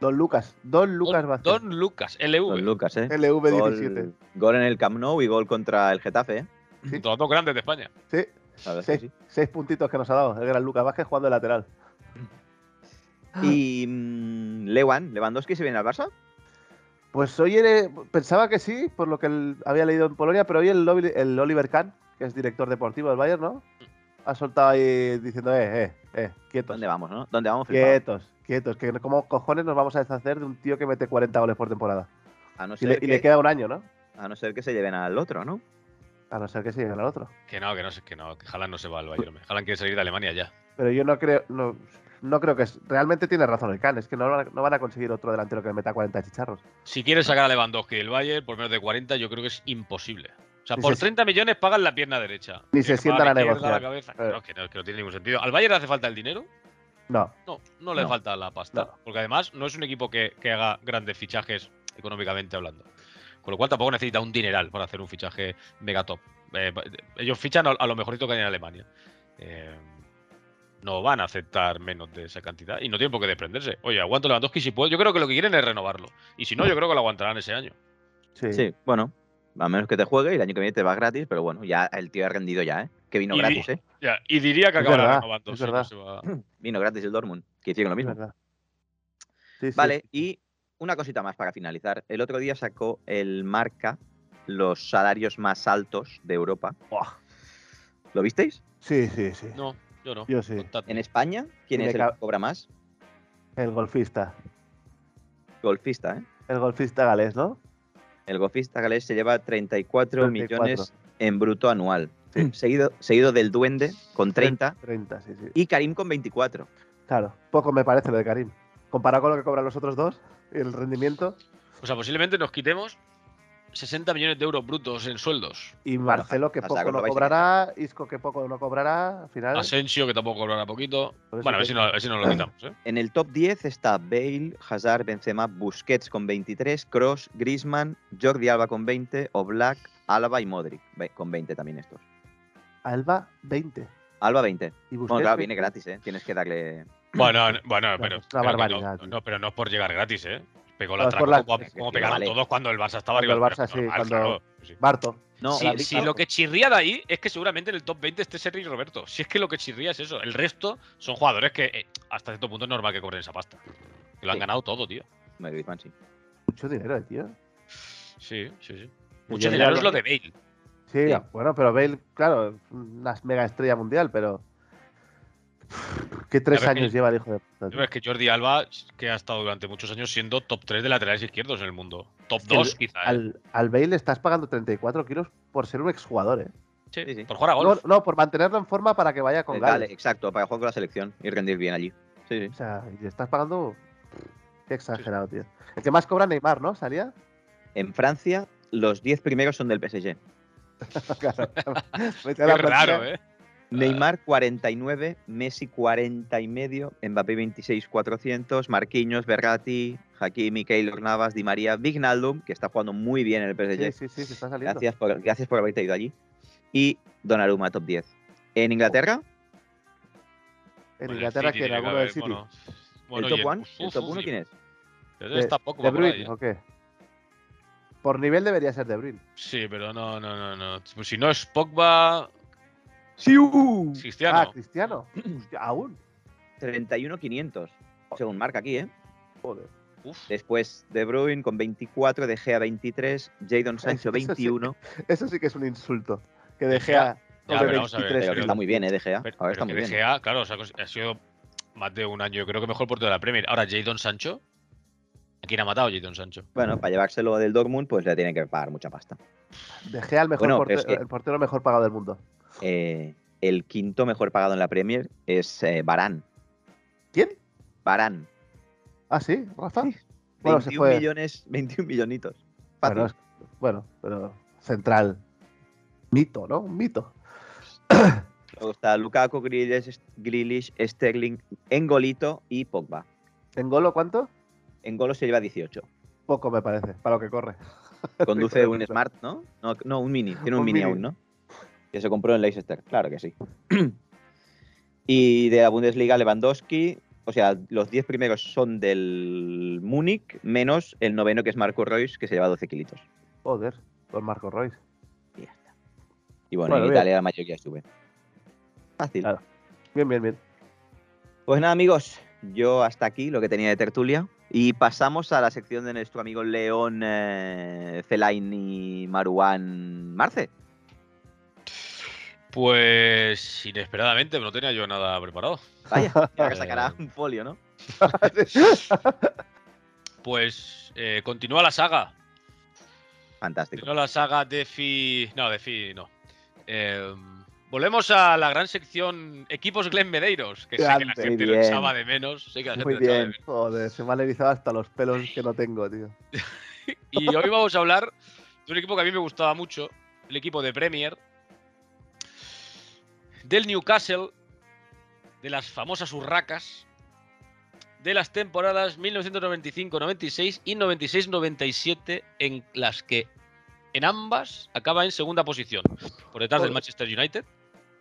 [SPEAKER 3] Don Lucas, Don Lucas
[SPEAKER 4] Don-
[SPEAKER 3] Vázquez.
[SPEAKER 4] Don Lucas, LV.
[SPEAKER 1] Con Lucas, ¿eh?
[SPEAKER 3] LV17.
[SPEAKER 1] Gol, gol en el Camp Nou y gol contra el Getafe, ¿eh?
[SPEAKER 3] Sí.
[SPEAKER 4] Todos dos grandes de España.
[SPEAKER 3] Sí,
[SPEAKER 1] La verdad es
[SPEAKER 3] seis,
[SPEAKER 1] que sí.
[SPEAKER 3] seis puntitos que nos ha dado el gran Lucas Vázquez jugando de lateral.
[SPEAKER 1] Y mm, Lewan, Lewandowski se viene al Barça.
[SPEAKER 3] Pues hoy era- pensaba que sí, por lo que el- había leído en Polonia, pero hoy el, Oli- el Oliver Kahn, que es director deportivo del Bayern,
[SPEAKER 1] Mm.
[SPEAKER 3] ¿no? Ha soltado ahí diciendo, eh, eh, eh, quietos,
[SPEAKER 1] ¿Dónde vamos, no? ¿Dónde vamos? firmado?
[SPEAKER 3] quietos, quietos, que como cojones nos vamos a deshacer de un tío que mete 40 goles por temporada.
[SPEAKER 1] A no,
[SPEAKER 3] Y le,
[SPEAKER 1] ser
[SPEAKER 3] y le
[SPEAKER 1] que,
[SPEAKER 3] queda un año, ¿no?
[SPEAKER 1] a no ser que se lleven al otro, ¿no?
[SPEAKER 3] A no ser que se llegue al otro.
[SPEAKER 4] Que no, que no, que no, que Haaland no se va al Bayern. Haaland quiere salir de Alemania ya.
[SPEAKER 3] Pero yo no creo, no, no creo que es- realmente tiene razón el Kahn, es que no, van a- no van a conseguir otro delantero que le meta 40 chicharros.
[SPEAKER 4] Si quieres sacar a Lewandowski del Bayern por menos de 40, yo creo que es imposible. O sea,
[SPEAKER 3] Ni
[SPEAKER 4] por
[SPEAKER 3] se-
[SPEAKER 4] 30 millones pagan la pierna derecha.
[SPEAKER 3] Ni
[SPEAKER 4] Tienes
[SPEAKER 3] se
[SPEAKER 4] que
[SPEAKER 3] sientan
[SPEAKER 4] pagar
[SPEAKER 3] a
[SPEAKER 4] la izquierda,
[SPEAKER 3] negociar.
[SPEAKER 4] la cabeza.
[SPEAKER 3] Eh.
[SPEAKER 4] No, que no, que no tiene ningún sentido. ¿Al Bayern le hace falta el dinero?
[SPEAKER 3] No,
[SPEAKER 4] No, no le
[SPEAKER 1] No.
[SPEAKER 4] falta la pasta.
[SPEAKER 3] No.
[SPEAKER 4] Porque además no es un equipo que, que haga grandes fichajes económicamente hablando. Con lo cual tampoco necesita un dineral para hacer un fichaje mega top. Eh, pa- ellos fichan a, a lo mejorito que hay en Alemania. Eh, no van a aceptar menos de esa cantidad y no tienen por qué desprenderse. Oye, aguanto Lewandowski si puedo. Yo creo que lo que quieren es renovarlo. Y si no, yo creo que lo aguantarán ese año.
[SPEAKER 3] sí.
[SPEAKER 1] Sí, bueno. A menos que te juegue y el año que viene te va gratis, pero bueno, ya el tío ha rendido ya, ¿eh? Que vino
[SPEAKER 4] Y-
[SPEAKER 1] gratis, ¿eh?
[SPEAKER 4] Ya, y diría que
[SPEAKER 3] Es
[SPEAKER 4] acabará
[SPEAKER 3] verdad,
[SPEAKER 4] renovando.
[SPEAKER 3] es
[SPEAKER 4] si no
[SPEAKER 3] verdad.
[SPEAKER 4] se va-
[SPEAKER 1] Vino gratis el Dortmund, que hicieron lo
[SPEAKER 3] es
[SPEAKER 1] mismo.
[SPEAKER 3] verdad. Sí, sí,
[SPEAKER 1] Vale, y una cosita más para finalizar. El otro día sacó el marca los salarios más altos de Europa.
[SPEAKER 3] Buah.
[SPEAKER 1] ¿Lo visteis?
[SPEAKER 3] Sí, sí, sí.
[SPEAKER 4] No, yo no.
[SPEAKER 3] Yo sí.
[SPEAKER 4] Contadme.
[SPEAKER 1] En España, ¿quién
[SPEAKER 3] Y
[SPEAKER 1] es
[SPEAKER 3] le
[SPEAKER 1] el
[SPEAKER 3] ca-
[SPEAKER 1] que cobra más?
[SPEAKER 3] El golfista.
[SPEAKER 1] Golfista, ¿eh?
[SPEAKER 3] El golfista galés, ¿no?
[SPEAKER 1] El golfista galés se lleva 34,
[SPEAKER 3] 34.
[SPEAKER 1] millones en bruto anual.
[SPEAKER 3] Sí.
[SPEAKER 1] Seguido, seguido del Duende con 30
[SPEAKER 3] 30, sí, sí.
[SPEAKER 1] y Karim con 24.
[SPEAKER 3] Claro, poco me parece lo de Karim. Comparado con lo que cobran los otros dos, el rendimiento.
[SPEAKER 4] O sea, posiblemente nos quitemos 60 millones de euros brutos en sueldos.
[SPEAKER 3] Y Marcelo, que
[SPEAKER 1] o sea,
[SPEAKER 3] poco
[SPEAKER 1] que lo
[SPEAKER 3] no
[SPEAKER 1] vais a
[SPEAKER 3] cobrará. Isco, que poco no cobrará. Al final.
[SPEAKER 4] Asensio, que tampoco cobrará poquito.
[SPEAKER 3] Por eso
[SPEAKER 4] Bueno, a ver
[SPEAKER 3] que-
[SPEAKER 4] si no, a ver si no lo quitamos, ¿eh?
[SPEAKER 1] En el top 10 está Bale, Hazard, Benzema, Busquets con 23, Cross, Griezmann, Jordi Alba con 20, Oblak, Alba y Modric ve- con 20 también estos.
[SPEAKER 3] Alba, 20.
[SPEAKER 1] Alba 20.
[SPEAKER 3] Y Busquets,
[SPEAKER 1] Bueno, claro,
[SPEAKER 3] 20.
[SPEAKER 1] viene gratis, ¿eh? Tienes que darle.
[SPEAKER 4] Bueno, n- bueno,
[SPEAKER 3] Claro,
[SPEAKER 4] pero.
[SPEAKER 3] es una
[SPEAKER 4] pero que
[SPEAKER 3] barbaridad,
[SPEAKER 4] no,
[SPEAKER 3] tío.
[SPEAKER 4] no, pero no es por llegar gratis, ¿eh? Pegó
[SPEAKER 3] No,
[SPEAKER 4] la
[SPEAKER 3] es
[SPEAKER 4] traca
[SPEAKER 3] por la-
[SPEAKER 4] como,
[SPEAKER 1] es que
[SPEAKER 4] como
[SPEAKER 1] sí,
[SPEAKER 4] pegaron
[SPEAKER 1] vale.
[SPEAKER 4] todos cuando el Barça estaba
[SPEAKER 3] Cuando
[SPEAKER 4] arriba.
[SPEAKER 3] el
[SPEAKER 4] pero
[SPEAKER 3] Barça,
[SPEAKER 4] es
[SPEAKER 3] sí,
[SPEAKER 4] normal,
[SPEAKER 3] cuando-
[SPEAKER 4] claro, sí.
[SPEAKER 3] Barto.
[SPEAKER 1] No,
[SPEAKER 4] Sí,
[SPEAKER 1] la-
[SPEAKER 4] sí, lo que chirría de ahí es que seguramente en el top 20 esté Sergi Roberto. Si es que lo que chirría es eso. El resto son jugadores que eh, hasta cierto punto es normal que cobren esa pasta. Que lo han
[SPEAKER 1] Sí.
[SPEAKER 4] ganado todo, tío.
[SPEAKER 1] Bueno, Griezmann sí.
[SPEAKER 3] Mucho dinero, eh, tío.
[SPEAKER 4] Sí, sí, sí.
[SPEAKER 3] yo
[SPEAKER 4] Mucho dinero
[SPEAKER 3] ya-
[SPEAKER 4] es lo de Bale.
[SPEAKER 3] Sí,
[SPEAKER 1] Sí.
[SPEAKER 3] bueno, pero Bale, claro, es una mega estrella mundial, pero. ¿Qué tres
[SPEAKER 4] ver, que-
[SPEAKER 3] años lleva el hijo de puta? tío?
[SPEAKER 4] Es que Jordi Alba, que ha estado durante muchos años siendo top 3 de laterales izquierdos en el mundo. Top ¿eh?
[SPEAKER 3] que
[SPEAKER 4] 2,
[SPEAKER 3] el-
[SPEAKER 4] quizás.
[SPEAKER 3] Al, al Bale le estás pagando 34 kilos por ser un exjugador, ¿eh?
[SPEAKER 1] Sí, sí.
[SPEAKER 4] Por jugar a
[SPEAKER 3] No,
[SPEAKER 4] golf.
[SPEAKER 3] no, por mantenerlo en forma para que vaya con
[SPEAKER 1] Eh,
[SPEAKER 3] Gales.
[SPEAKER 1] Gales, exacto, para jugar con la selección y rendir bien allí. Sí, sí.
[SPEAKER 3] O sea, y estás pagando. Qué exagerado, tío. El que más cobra Neymar, ¿no? ¿Salía?
[SPEAKER 1] En Francia, los 10 primeros son del PSG.
[SPEAKER 3] Vete a la
[SPEAKER 4] Es raro,
[SPEAKER 3] plantilla.
[SPEAKER 4] ¿eh?
[SPEAKER 1] Neymar 49, Messi 40 y medio, Mbappé 26 400, Marquinhos, Berratti, Hakimi, Keylor Navas, Di María, Vignaldum, que está jugando muy bien en el PSG.
[SPEAKER 3] Sí, sí, sí, se está saliendo.
[SPEAKER 1] Gracias por, gracias por haberte ido allí. Y Donnarumma, top 10. En Inglaterra,
[SPEAKER 3] En
[SPEAKER 4] Bueno, el
[SPEAKER 3] Inglaterra,
[SPEAKER 4] City
[SPEAKER 3] ¿quién?
[SPEAKER 4] tiene
[SPEAKER 3] ¿Alguno
[SPEAKER 4] haber,
[SPEAKER 3] del City?
[SPEAKER 4] bueno. Bueno,
[SPEAKER 1] el
[SPEAKER 4] y
[SPEAKER 1] top 1, ¿el
[SPEAKER 4] uf,
[SPEAKER 1] top
[SPEAKER 4] uf,
[SPEAKER 1] 1
[SPEAKER 4] y-
[SPEAKER 1] quién es?
[SPEAKER 4] pero
[SPEAKER 3] ¿De,
[SPEAKER 4] está poco
[SPEAKER 3] de
[SPEAKER 4] va por
[SPEAKER 3] Bruyne
[SPEAKER 4] ahí, ¿eh?
[SPEAKER 3] o qué? Por nivel debería ser De Bruyne.
[SPEAKER 4] Sí, pero no, no, no, no. Pues Si no es Pogba, Cristiano.
[SPEAKER 3] Ah, Cristiano. Hostia, aún.
[SPEAKER 1] 31 500, según marca aquí, ¿eh?
[SPEAKER 3] Joder.
[SPEAKER 4] Uf,
[SPEAKER 1] Después De Bruyne con 24, De Gea 23, Jadon Sancho
[SPEAKER 3] Eso sí.
[SPEAKER 1] 21.
[SPEAKER 3] Eso sí que es un insulto. Que
[SPEAKER 4] De
[SPEAKER 3] deje
[SPEAKER 4] Gea.
[SPEAKER 3] a. de
[SPEAKER 4] Ya, pero vamos a ver,
[SPEAKER 1] Pero que
[SPEAKER 3] 23.000.
[SPEAKER 1] está muy bien, ¿eh? De Gea.
[SPEAKER 4] pero,
[SPEAKER 1] Ahora
[SPEAKER 4] pero
[SPEAKER 1] está
[SPEAKER 4] que
[SPEAKER 1] muy
[SPEAKER 4] De
[SPEAKER 1] bien.
[SPEAKER 4] Gea, claro, o sea, ha sido más de un año, yo creo que mejor portero de la Premier. Ahora, Jadon Sancho. ¿A quién ha matado Jadon Sancho?
[SPEAKER 1] Bueno, para llevárselo del Dortmund, pues le tienen que pagar mucha pasta.
[SPEAKER 3] De Gea, el, mejor
[SPEAKER 1] Bueno,
[SPEAKER 3] portero,
[SPEAKER 1] es que-
[SPEAKER 3] el portero mejor pagado del mundo.
[SPEAKER 1] Eh, el quinto mejor pagado en la Premier es eh, Barán.
[SPEAKER 3] ¿Quién?
[SPEAKER 1] Barán.
[SPEAKER 3] Ah, sí, Rafa. Bueno, se
[SPEAKER 1] 21
[SPEAKER 3] fue.
[SPEAKER 1] millones, 21 millonitos. Fácil.
[SPEAKER 3] Bueno, es- bueno, pero central. Mito, ¿no? Un mito.
[SPEAKER 1] Luego está Lukaku, Grealish, Grealish, Sterling, Engolito y Pogba.
[SPEAKER 3] ¿En golo cuánto?
[SPEAKER 1] Engolo se lleva 18.
[SPEAKER 3] Poco me parece, para lo que corre.
[SPEAKER 1] Conduce un Smart, ¿no? ¿no? no, un Mini. Tiene un,
[SPEAKER 3] pues, Un
[SPEAKER 1] Mini,
[SPEAKER 3] Mini.
[SPEAKER 1] aún, ¿no? Que se compró en Leicester. Claro que sí. y de la Bundesliga, Lewandowski. O sea, los 10 primeros son del Múnich, menos el noveno que es Marco Reus, que se lleva 12 kilitos.
[SPEAKER 3] Joder, con Marco Royce.
[SPEAKER 1] Y ya está. Y bueno,
[SPEAKER 3] Bueno,
[SPEAKER 1] en
[SPEAKER 3] bien.
[SPEAKER 1] Italia la mayoría sube. Fácil.
[SPEAKER 3] Claro. Bien, bien, bien.
[SPEAKER 1] Pues nada, amigos, yo hasta aquí lo que tenía de tertulia. Y pasamos a la sección de nuestro amigo León eh, Celaini Maruán Marce.
[SPEAKER 4] Pues inesperadamente, pero no tenía yo nada preparado.
[SPEAKER 1] Vaya, y ahora sacará un folio, ¿no?
[SPEAKER 4] Pues eh, continúa la saga.
[SPEAKER 1] Fantástico.
[SPEAKER 4] Continúa la saga Defi. No, Defi no. Eh, volvemos a la gran sección Equipos Glen Medeiros, que sé que la
[SPEAKER 3] Grande,
[SPEAKER 4] gente lo
[SPEAKER 1] bien.
[SPEAKER 4] echaba de menos. Sé que la gente
[SPEAKER 1] Muy
[SPEAKER 4] lo echaba de
[SPEAKER 1] bien.
[SPEAKER 3] Joder, se me han erizado hasta los pelos que no tengo, tío.
[SPEAKER 4] Y hoy vamos a hablar de un equipo que a mí me gustaba mucho, el equipo de Premier, del Newcastle, de las famosas urracas, de las temporadas 1995-96 y 96-97, en las que en ambas acaba en segunda posición, por detrás del
[SPEAKER 3] Joder.
[SPEAKER 4] Manchester United,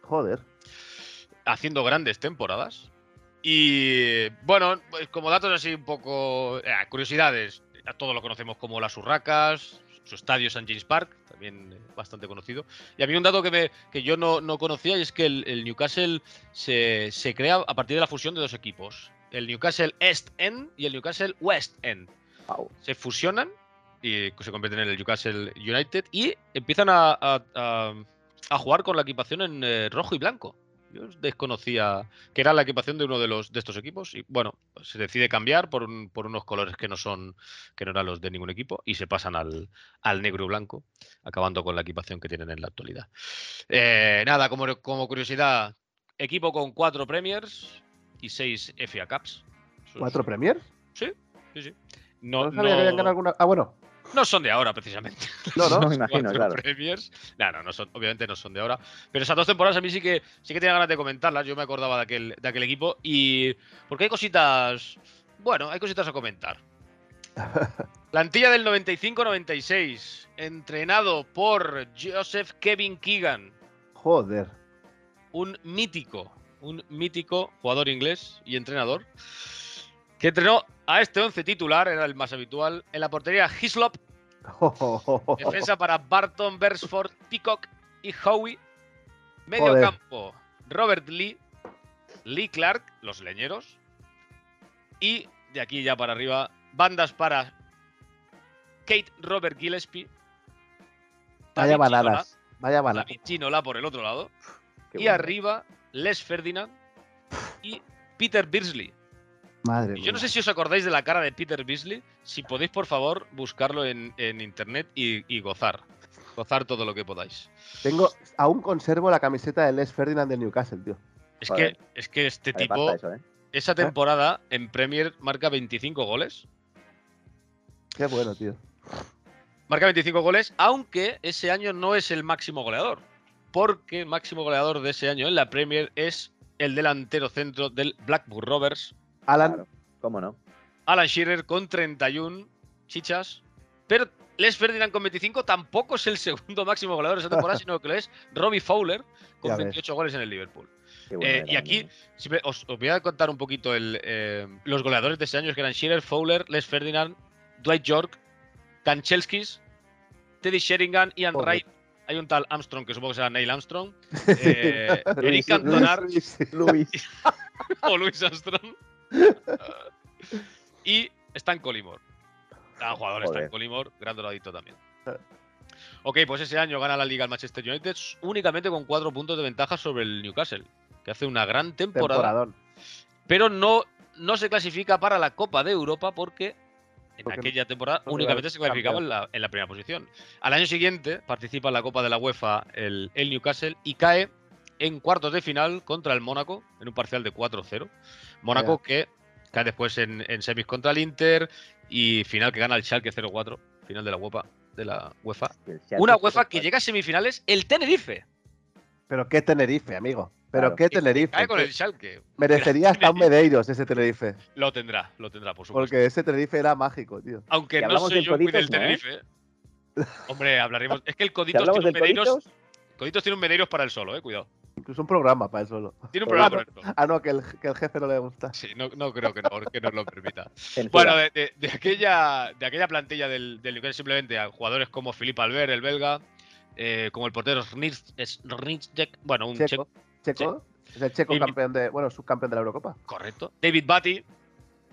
[SPEAKER 3] Joder.
[SPEAKER 4] Pues haciendo grandes temporadas. Y bueno, pues como datos así un poco eh, curiosidades, a todos lo conocemos como las Urracas, su estadio St. James Park, también eh, bastante conocido. Y a mí un dato que, me- que yo no, no conocía y es que el, el Newcastle se, se crea a partir de la fusión de dos equipos, el Newcastle East End y el Newcastle West End.
[SPEAKER 1] Au.
[SPEAKER 4] Se fusionan y se convierten en el Newcastle United y empiezan a, a- a- a jugar con la equipación en eh, rojo y blanco. Yo desconocía que era la equipación de uno de los de estos equipos y bueno, se decide cambiar por, un- por unos colores que no son que no eran los de ningún equipo y se pasan al, al negro y blanco, acabando con la equipación que tienen en la actualidad. Eh, nada, como, como curiosidad, equipo con cuatro Premiers y seis FA Cups. Eso es-
[SPEAKER 3] ¿Cuatro Premier?
[SPEAKER 4] Sí, sí.
[SPEAKER 3] No,
[SPEAKER 4] No,
[SPEAKER 3] sabía que habían
[SPEAKER 4] no-
[SPEAKER 3] ganado alguna. Ah, bueno.
[SPEAKER 4] no son de ahora precisamente
[SPEAKER 3] No, no.
[SPEAKER 1] me imagino,
[SPEAKER 4] cuatro
[SPEAKER 1] claro.
[SPEAKER 4] Premiers. No, no, no son, obviamente no son de ahora. Pero esas dos temporadas a mí sí que sí que tenía ganas de comentarlas. Yo me acordaba de aquel, de aquel equipo. Y. Porque hay cositas. Bueno, hay cositas a comentar. Plantilla del 95-96. Entrenado por Joseph Kevin Keegan.
[SPEAKER 3] Joder.
[SPEAKER 4] Un mítico. Un mítico jugador inglés y entrenador. Que entrenó a este once titular, era el más habitual. En la portería Hislop, Defensa para Barton, Beresford, Peacock y Howie. Medio
[SPEAKER 3] Joder.
[SPEAKER 4] campo, Robert Lee, Lee Clark, los leñeros. Y de aquí ya para arriba, bandas para Kate Robert Gillespie.
[SPEAKER 3] Vaya
[SPEAKER 4] David Ginola,
[SPEAKER 3] bananas. Vaya bananas.
[SPEAKER 4] David Ginola por el otro lado.
[SPEAKER 3] Qué
[SPEAKER 4] y
[SPEAKER 3] bueno.
[SPEAKER 4] arriba, Les Ferdinand y Peter Beardsley.
[SPEAKER 3] Madre
[SPEAKER 4] Y Yo no sé si os acordáis de la cara de Peter Beasley. Si podéis, por favor, buscarlo en, en internet y, y gozar. Gozar todo lo que podáis.
[SPEAKER 3] Tengo, aún conservo la camiseta de Les Ferdinand del Newcastle, tío.
[SPEAKER 4] Es,
[SPEAKER 1] Joder.
[SPEAKER 4] que, es que este
[SPEAKER 1] Vale,
[SPEAKER 4] tipo
[SPEAKER 1] basta eso, ¿eh?
[SPEAKER 4] Esa temporada en Premier marca 25 goles.
[SPEAKER 3] Qué bueno, tío.
[SPEAKER 4] Marca 25 goles, aunque ese año no es el máximo goleador. Porque el máximo goleador de ese año en la Premier es el delantero centro del Blackburn Rovers,
[SPEAKER 3] Alan,
[SPEAKER 1] Claro, ¿Cómo no?
[SPEAKER 4] Alan Shearer con 31 chichas. Pero Les Ferdinand con 25 tampoco es el segundo máximo goleador de esa temporada, sino que lo es Robbie Fowler con
[SPEAKER 3] Ya ves.
[SPEAKER 4] 28 goles en el Liverpool.
[SPEAKER 1] Qué bueno
[SPEAKER 4] Eh,
[SPEAKER 1] era,
[SPEAKER 4] y aquí
[SPEAKER 1] ¿no?
[SPEAKER 4] siempre os, os voy a contar un poquito el, eh, los goleadores de ese año, que eran Shearer, Fowler, Les Ferdinand, Dwight York, Kanchelskis, Teddy Sheringham, Ian
[SPEAKER 3] Joder.
[SPEAKER 4] Wright, hay un tal Armstrong, que supongo que será Neil Armstrong, eh, Eric
[SPEAKER 1] Luis-
[SPEAKER 4] Cantona,
[SPEAKER 3] Luis,
[SPEAKER 1] Luis.
[SPEAKER 4] o Luis Armstrong. y Stan Collymore. Gran jugador Stan
[SPEAKER 1] Joder.
[SPEAKER 4] Collymore, gran doradito también. Ok, pues ese año gana la liga el Manchester United únicamente con cuatro puntos de ventaja sobre el Newcastle, que hace una gran temporada,
[SPEAKER 3] temporadón.
[SPEAKER 4] pero no, no se clasifica para la Copa de Europa porque en
[SPEAKER 3] Porque no-
[SPEAKER 4] aquella temporada
[SPEAKER 3] no quedaba
[SPEAKER 4] únicamente se clasificaba
[SPEAKER 3] campeón.
[SPEAKER 4] en la, en la primera posición. Al año siguiente participa en la Copa de la UEFA el, el Newcastle y cae en cuartos de final contra el Mónaco en un parcial de 4-0. Mónaco que cae después en, en semis contra el Inter y final que gana el Schalke 0-4, final de la UEFA. De la UEFA.
[SPEAKER 1] El Seattle
[SPEAKER 4] Una
[SPEAKER 1] fue
[SPEAKER 3] pues,
[SPEAKER 4] UEFA que
[SPEAKER 1] fatal.
[SPEAKER 4] llega a semifinales, el Tenerife.
[SPEAKER 3] Pero qué Tenerife, amigo. Pero
[SPEAKER 1] Claro.
[SPEAKER 3] qué
[SPEAKER 4] que- que
[SPEAKER 3] Tenerife.
[SPEAKER 4] Cae con el Schalke.
[SPEAKER 3] Merecería hasta un Medeiros ese Tenerife.
[SPEAKER 4] Lo tendrá, lo tendrá, por supuesto.
[SPEAKER 3] Porque ese Tenerife era mágico, tío.
[SPEAKER 4] Aunque
[SPEAKER 1] Si
[SPEAKER 4] no
[SPEAKER 1] hablamos
[SPEAKER 4] soy
[SPEAKER 1] del
[SPEAKER 4] yo muy del
[SPEAKER 1] Coditos, ¿no, eh?
[SPEAKER 4] Tenerife. Hombre, hablaremos. Es que el
[SPEAKER 1] Si
[SPEAKER 4] Coditos
[SPEAKER 1] hablamos
[SPEAKER 4] tiene un
[SPEAKER 1] del
[SPEAKER 4] Medeiros.
[SPEAKER 1] Coditos,
[SPEAKER 4] Coditos tiene un Medeiros para el solo, eh, cuidado.
[SPEAKER 3] Incluso un programa para él solo.
[SPEAKER 4] Tiene un
[SPEAKER 1] Pero-
[SPEAKER 4] problema con el solo.
[SPEAKER 3] Ah, no, que el, que el jefe no le gusta.
[SPEAKER 4] Sí, no, no creo que, no, que nos lo permita.
[SPEAKER 1] censura.
[SPEAKER 4] Bueno, de, de- de aquella, de aquella plantilla del, del Newcastle, simplemente a jugadores como Philippe Albert, el belga, eh, como el portero Snirz- Snirzdek, bueno, un checo,
[SPEAKER 3] Checo. Checo. Es el checo
[SPEAKER 4] Y-
[SPEAKER 3] campeón de. Bueno, subcampeón de la Eurocopa.
[SPEAKER 4] correcto. David Batty,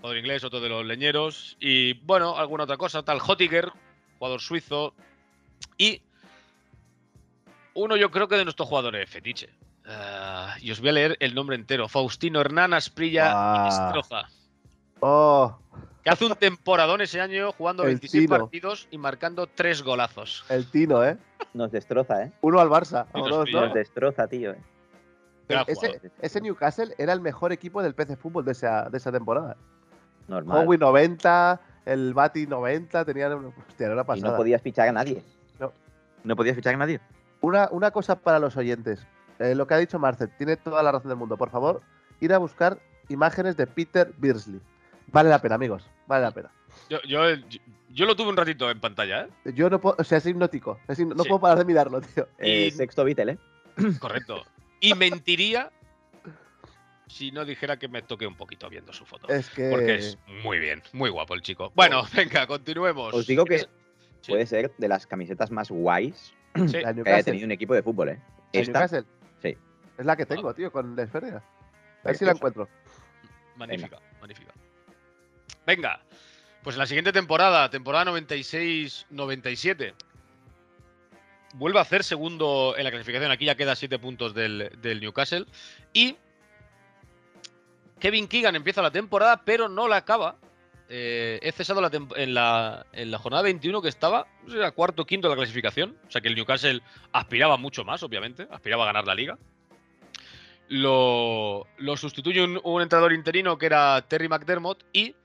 [SPEAKER 4] otro inglés, otro de los leñeros. Y bueno, alguna otra cosa, tal Hottiger, jugador suizo. Y uno, yo creo que de nuestros jugadores fetiche. Ah, y os voy a leer el nombre entero: Faustino Hernán Asprilla
[SPEAKER 3] Ah.
[SPEAKER 4] Estroza.
[SPEAKER 3] Oh,
[SPEAKER 4] Que hace un temporadón ese año jugando
[SPEAKER 3] El
[SPEAKER 4] 26
[SPEAKER 3] Tino.
[SPEAKER 4] partidos y marcando 3 golazos.
[SPEAKER 3] el Tino, ¿eh?
[SPEAKER 1] Nos destroza, ¿eh?
[SPEAKER 3] Uno al Barça.
[SPEAKER 4] Y
[SPEAKER 3] o
[SPEAKER 4] los
[SPEAKER 3] dos,
[SPEAKER 4] pillos
[SPEAKER 3] ¿no?
[SPEAKER 1] Nos destroza, tío. eh.
[SPEAKER 4] Gran jugador.
[SPEAKER 3] Ese, ese Newcastle era el mejor equipo del PC Fútbol de esa, de esa temporada.
[SPEAKER 1] Normal.
[SPEAKER 3] Howie 90, el Bati 90, tenían. un- Hostia, era una
[SPEAKER 1] Y
[SPEAKER 3] pasada.
[SPEAKER 1] no podías fichar a nadie.
[SPEAKER 3] No.
[SPEAKER 1] No podías fichar a nadie.
[SPEAKER 3] Una, una cosa para los oyentes. Eh, lo que ha dicho Marcel, tiene toda la razón del mundo. Por favor, ir a buscar imágenes de Peter Beersley. Vale la pena, amigos. Vale la pena.
[SPEAKER 4] Yo, yo- yo- yo lo tuve un ratito en pantalla, ¿eh?
[SPEAKER 3] Yo no puedo, o sea, es hipnótico. Es hipno- no
[SPEAKER 4] Sí.
[SPEAKER 3] puedo parar de mirarlo, tío.
[SPEAKER 1] Eh,
[SPEAKER 4] Y-
[SPEAKER 1] Sexto Beatle, ¿eh?
[SPEAKER 4] Correcto. Y mentiría si no dijera que me toqué un poquito viendo su foto.
[SPEAKER 3] Es que.
[SPEAKER 4] Porque es muy bien, muy guapo el chico. Bueno, venga, continuemos.
[SPEAKER 1] Pues Os digo que
[SPEAKER 4] Es- pues Sí.
[SPEAKER 1] puede ser de las camisetas más guays
[SPEAKER 4] sí,
[SPEAKER 3] La
[SPEAKER 1] que haya
[SPEAKER 3] Newcastle.
[SPEAKER 1] tenido un equipo de fútbol, ¿eh?
[SPEAKER 3] la
[SPEAKER 1] Esta,
[SPEAKER 3] Newcastle.
[SPEAKER 1] Sí.
[SPEAKER 3] Es la que tengo, tío, con Les Ferdinand. A ver si
[SPEAKER 1] Preciosa.
[SPEAKER 3] la encuentro.
[SPEAKER 4] magnífica, magnífica. Venga, pues en la siguiente temporada, temporada 96-97, vuelve a hacer segundo en la clasificación. Aquí ya queda 7 puntos del, del Newcastle. Y Kevin Keegan empieza la temporada, pero no la acaba. Eh, he cesado la tem- en, la, en la jornada 21 que estaba, no sé si era cuarto o quinto de la clasificación. O sea que el Newcastle aspiraba mucho más, obviamente. Aspiraba a ganar la liga. Lo, lo sustituye un, un entrenador interino que era Terry McDermott y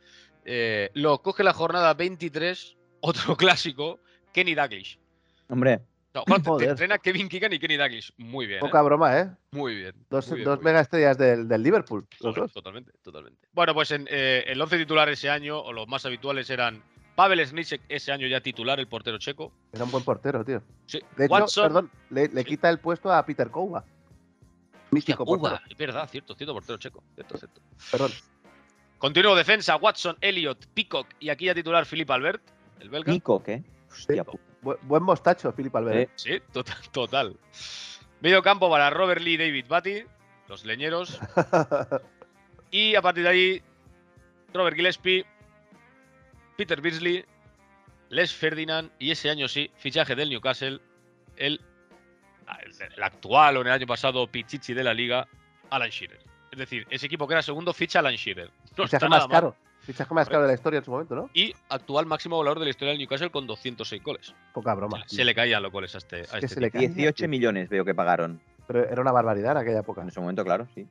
[SPEAKER 4] eh, lo coge la jornada 23, otro clásico, Kenny Dalglish.
[SPEAKER 1] hombre,
[SPEAKER 4] No, Juan, te- te,
[SPEAKER 3] Joder.
[SPEAKER 4] entrena Kevin Keegan y Kenny Dalglish. Muy bien.
[SPEAKER 3] Poca
[SPEAKER 4] ¿eh?
[SPEAKER 3] broma, ¿eh?
[SPEAKER 4] Muy bien.
[SPEAKER 3] Dos,
[SPEAKER 4] muy bien,
[SPEAKER 3] dos
[SPEAKER 4] muy bien.
[SPEAKER 3] mega estrellas del, del Liverpool. Los
[SPEAKER 4] Joder,
[SPEAKER 3] dos.
[SPEAKER 4] Totalmente, totalmente. Bueno, pues en, eh, el 11 titular ese año, o los más habituales, eran Pavel Snicek, ese año ya titular, el portero checo.
[SPEAKER 3] Era un buen portero, tío.
[SPEAKER 4] Sí,
[SPEAKER 3] De hecho,
[SPEAKER 4] Watson,
[SPEAKER 3] perdón, le, le
[SPEAKER 4] Sí.
[SPEAKER 3] quita el puesto a Peter Kouba.
[SPEAKER 4] hostia,
[SPEAKER 3] Mítico portero.
[SPEAKER 4] Cuba, es verdad, cierto, cierto, portero checo. Cierto, cierto.
[SPEAKER 3] Perdón.
[SPEAKER 4] Continuo defensa, Watson, Elliot, Peacock y aquí ya titular Philippe Albert, el belga.
[SPEAKER 1] Nico, ¿qué? Hostia
[SPEAKER 4] Sí.
[SPEAKER 1] puta.
[SPEAKER 3] Bu- buen mostacho, Philip Albert.
[SPEAKER 1] Eh,
[SPEAKER 4] Sí, total. total. Medio campo para Robert Lee, David Batty, los leñeros. Y a partir de ahí, Robert Gillespie, Peter Beasley, Les Ferdinand y ese año sí, fichaje del Newcastle, el, el actual o en el año pasado Pichichi de la liga, Alan Shearer. Es decir, ese equipo que era segundo ficha a Alan Shearer. No está
[SPEAKER 3] Fichaje
[SPEAKER 4] nada
[SPEAKER 3] más
[SPEAKER 4] mal.
[SPEAKER 3] caro. Fichaje más caro de la historia en su momento, ¿no?
[SPEAKER 4] Y actual máximo goleador de la historia del Newcastle con 206 goles.
[SPEAKER 3] Poca broma.
[SPEAKER 4] Se le caían los goles a este, a
[SPEAKER 3] que
[SPEAKER 4] este
[SPEAKER 3] se le
[SPEAKER 4] tipo.
[SPEAKER 3] cae.
[SPEAKER 1] 18 millones veo que pagaron.
[SPEAKER 3] Pero era una barbaridad en aquella época.
[SPEAKER 1] En su momento, claro, sí.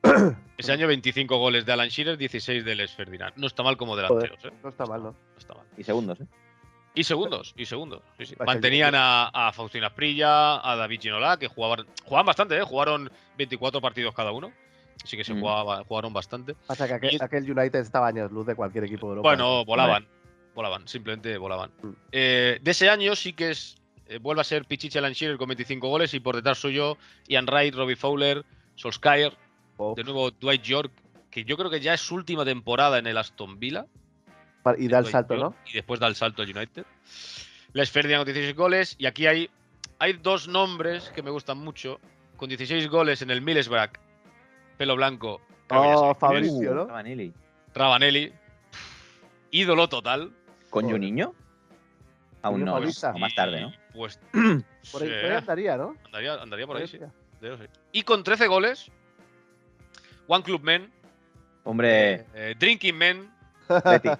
[SPEAKER 4] Ese año 25 goles de Alan Shearer, 16 de Les Ferdinand. No está mal como delanteros, ¿eh?
[SPEAKER 3] No está mal, ¿no?
[SPEAKER 4] No está mal.
[SPEAKER 1] Y segundos, ¿eh?
[SPEAKER 4] Y segundos, y segundos. sí, sí.
[SPEAKER 3] Vaya,
[SPEAKER 4] Mantenían
[SPEAKER 3] yo-
[SPEAKER 4] a, a Faustina Asprilla, a David Ginola, que jugaban, jugaban bastante, ¿eh? Jugaron 24 partidos cada uno. Así que se
[SPEAKER 1] Mm.
[SPEAKER 4] jugaba- jugaron bastante.
[SPEAKER 3] Pasa que aquel,
[SPEAKER 4] Y-
[SPEAKER 3] aquel United estaba años luz de cualquier equipo de Europa.
[SPEAKER 4] Bueno, volaban. Volaban, simplemente volaban. Eh, de ese año sí que es. eh, vuelve a ser Pichichi Alan Shearer con 25 goles y por detrás suyo Ian Wright, Robbie Fowler, Solskjaer,
[SPEAKER 3] Oh,
[SPEAKER 4] de nuevo Dwight York, que yo creo que ya es su última temporada en el Aston Villa.
[SPEAKER 3] pa- y da el
[SPEAKER 4] Dwight
[SPEAKER 3] salto,
[SPEAKER 4] York,
[SPEAKER 3] ¿no?
[SPEAKER 4] Y después da el salto al United. Les Ferdinand con 16 goles. Y aquí hay, hay dos nombres que me gustan mucho. Con 16 goles en el Middlesbrough, pelo blanco. creo que ya
[SPEAKER 3] Oh,
[SPEAKER 4] sabéis quién es,
[SPEAKER 3] Fabricio. ¿no?
[SPEAKER 1] Cavanelli.
[SPEAKER 4] Ravanelli. Ídolo total.
[SPEAKER 1] ¿Con
[SPEAKER 3] Joder.
[SPEAKER 1] Juninho? Aún
[SPEAKER 3] Juninho
[SPEAKER 1] no,
[SPEAKER 3] Paulista.
[SPEAKER 1] o más tarde, ¿no?
[SPEAKER 4] Y, Pues
[SPEAKER 3] Por ahí,
[SPEAKER 4] sí, eh,
[SPEAKER 3] por ahí andaría, ¿no?
[SPEAKER 4] andaría, andaría por ahí, sí.
[SPEAKER 3] Por ahí,
[SPEAKER 4] Andaría por ahí. Y con 13 goles, One Club Men,
[SPEAKER 1] Hombre,
[SPEAKER 4] eh, Drinking Men,
[SPEAKER 1] Leti.
[SPEAKER 4] Leti,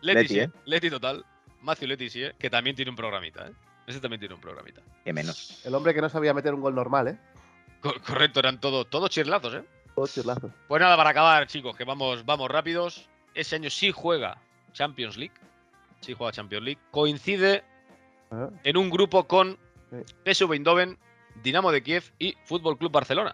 [SPEAKER 1] Leti,
[SPEAKER 4] sí,
[SPEAKER 1] ¿eh?
[SPEAKER 4] Leti Total, Matthew Leti, sí, eh, que también tiene un programita. ¿eh? Ese también tiene un programita.
[SPEAKER 1] que menos.
[SPEAKER 3] El hombre que no sabía meter un gol normal, ¿eh?
[SPEAKER 4] Co- correcto, eran todos todos chirlazos, ¿eh?
[SPEAKER 3] Todo chirlazo.
[SPEAKER 4] Pues nada, para acabar, chicos, que vamos, vamos rápidos. Ese año sí juega Champions League. Sí juega Champions League. Coincide
[SPEAKER 3] Ah.
[SPEAKER 4] en un grupo con
[SPEAKER 3] Sí.
[SPEAKER 4] PSV Eindhoven, Dinamo de Kiev y Fútbol Club Barcelona.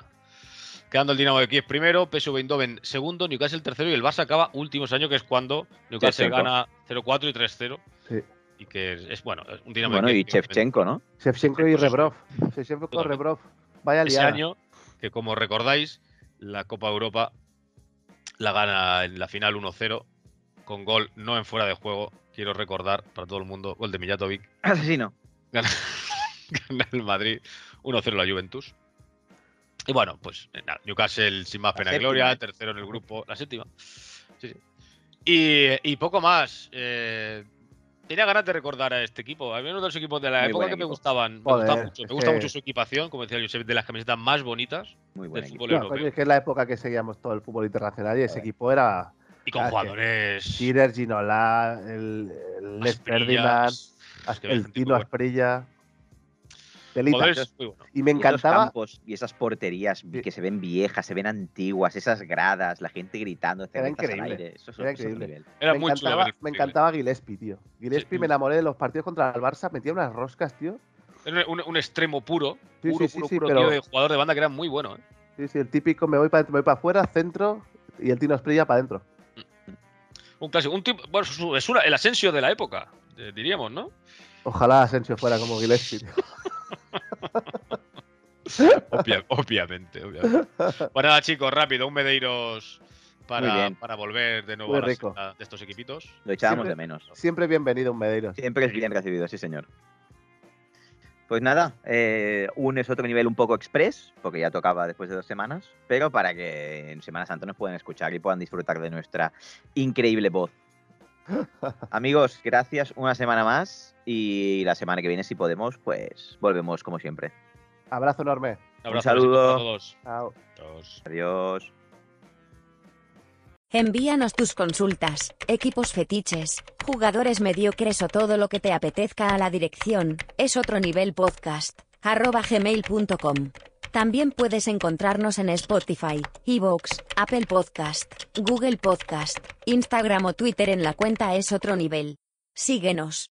[SPEAKER 4] Quedando el Dinamo de Kiev primero, PSV Eindhoven segundo, Newcastle tercero y el Barça acaba último ese año, que es cuando Newcastle
[SPEAKER 1] Shevchenko.
[SPEAKER 4] gana 0-4 y 3-0.
[SPEAKER 3] Sí.
[SPEAKER 4] Y que es, es, bueno, es un Dinamo
[SPEAKER 1] Bueno,
[SPEAKER 4] de
[SPEAKER 1] y
[SPEAKER 4] Kiev. que
[SPEAKER 1] Shevchenko, ¿no?
[SPEAKER 3] Shevchenko y
[SPEAKER 4] Pues-
[SPEAKER 3] Rebrov. Shevchenko con
[SPEAKER 4] Totalmente.
[SPEAKER 3] Rebrov. Vaya
[SPEAKER 4] ese
[SPEAKER 3] liada.
[SPEAKER 4] año, que como recordáis, la Copa Europa la gana en la final 1-0 con gol no en fuera de juego. Quiero recordar para todo el mundo, gol de Mijatovic,
[SPEAKER 1] Asesino.
[SPEAKER 4] gana, gana el Madrid 1-0 la Juventus. Y bueno, pues eh, nada, Newcastle sin más
[SPEAKER 1] La
[SPEAKER 4] pena y
[SPEAKER 1] séptima,
[SPEAKER 4] gloria,
[SPEAKER 1] ¿eh?
[SPEAKER 4] tercero en el grupo, la séptima. Sí, sí. Y, y poco más. eh, tenía ganas de recordar a este equipo. A mí uno de los equipos de la
[SPEAKER 1] Muy
[SPEAKER 4] época
[SPEAKER 1] buen
[SPEAKER 4] que me
[SPEAKER 1] equipo.
[SPEAKER 4] gustaban. Me,
[SPEAKER 3] Joder,
[SPEAKER 4] gustaba mucho, me
[SPEAKER 3] es
[SPEAKER 4] gusta
[SPEAKER 3] que-
[SPEAKER 4] mucho su equipación, como decía Josep, de las camisetas más bonitas
[SPEAKER 1] Muy
[SPEAKER 4] del
[SPEAKER 1] buen equipo.
[SPEAKER 4] fútbol
[SPEAKER 3] No,
[SPEAKER 4] europeo.
[SPEAKER 3] coño, es que es la época que seguíamos todo el fútbol internacional y ese
[SPEAKER 1] Joder.
[SPEAKER 3] equipo era
[SPEAKER 4] Y con
[SPEAKER 3] Ah, que-
[SPEAKER 4] jugadores.
[SPEAKER 3] Shearer, Ginola, el, el Les Ferdinand,
[SPEAKER 4] Asprillas, es que había
[SPEAKER 3] el
[SPEAKER 4] gente
[SPEAKER 3] Tino
[SPEAKER 4] muy buena.
[SPEAKER 3] Asprilla. Delita.
[SPEAKER 4] Jugadores muy buenos.
[SPEAKER 3] Y me
[SPEAKER 1] Y esos
[SPEAKER 3] encantaba.
[SPEAKER 1] campos y esas porterías
[SPEAKER 3] Sí.
[SPEAKER 1] que se ven viejas, se ven antiguas, esas gradas, la gente gritando, cervezas al
[SPEAKER 3] increíble,
[SPEAKER 1] aire. Eso es otro
[SPEAKER 3] era increíble.
[SPEAKER 1] nivel.
[SPEAKER 4] Era
[SPEAKER 3] me,
[SPEAKER 4] muy chulo
[SPEAKER 3] encantaba,
[SPEAKER 4] ver el
[SPEAKER 3] me
[SPEAKER 4] fútbol.
[SPEAKER 3] encantaba Gillespie, tío. Gillespie
[SPEAKER 4] Sí.
[SPEAKER 3] me enamoré de los partidos contra el Barça, metía unas roscas, tío.
[SPEAKER 4] Era un, un extremo puro.
[SPEAKER 3] Sí,
[SPEAKER 4] puro,
[SPEAKER 3] sí, sí,
[SPEAKER 4] puro,
[SPEAKER 3] sí,
[SPEAKER 4] puro,
[SPEAKER 3] pero-
[SPEAKER 4] tío, de jugador de banda que era muy bueno. ¿eh?
[SPEAKER 3] Sí, sí, el típico me voy para me voy para afuera, centro y el Tino Asprilla para adentro.
[SPEAKER 4] Un clásico. Un tipo, bueno, su- es una- el asensio de la época, eh, diríamos, ¿no?
[SPEAKER 3] Ojalá Asensio fuera como Gillespie. tío.
[SPEAKER 4] Obvia- obviamente, obviamente. Bueno, nada, chicos, rápido. Un Medeiros
[SPEAKER 1] Muy
[SPEAKER 4] para,
[SPEAKER 1] bien.
[SPEAKER 4] para volver de nuevo
[SPEAKER 3] Muy
[SPEAKER 4] a la
[SPEAKER 3] rico.
[SPEAKER 4] senda de estos equipitos.
[SPEAKER 1] Lo echábamos
[SPEAKER 3] Siempre-
[SPEAKER 1] de menos.
[SPEAKER 3] Siempre bienvenido un Medeiros.
[SPEAKER 1] Siempre es bien recibido, sí, señor. Pues nada, eh, un es otro nivel un poco express, porque ya tocaba después de dos semanas, pero para que en Semana Santa nos puedan escuchar y puedan disfrutar de nuestra increíble voz. Amigos, gracias una semana más y la semana que viene, si podemos, pues volvemos como siempre.
[SPEAKER 3] Abrazo enorme.
[SPEAKER 4] Un abrazo
[SPEAKER 1] saludo.
[SPEAKER 4] a todos.
[SPEAKER 3] Chao.
[SPEAKER 4] Chao.
[SPEAKER 1] Adiós.
[SPEAKER 2] Envíanos tus consultas, equipos fetiches, jugadores mediocres o todo lo que te apetezca a la dirección es otro nivel podcast arroba gmail.com. También puedes encontrarnos en Spotify, Evox, Apple Podcast, Google Podcast, Instagram o Twitter en la cuenta es otro nivel. Síguenos.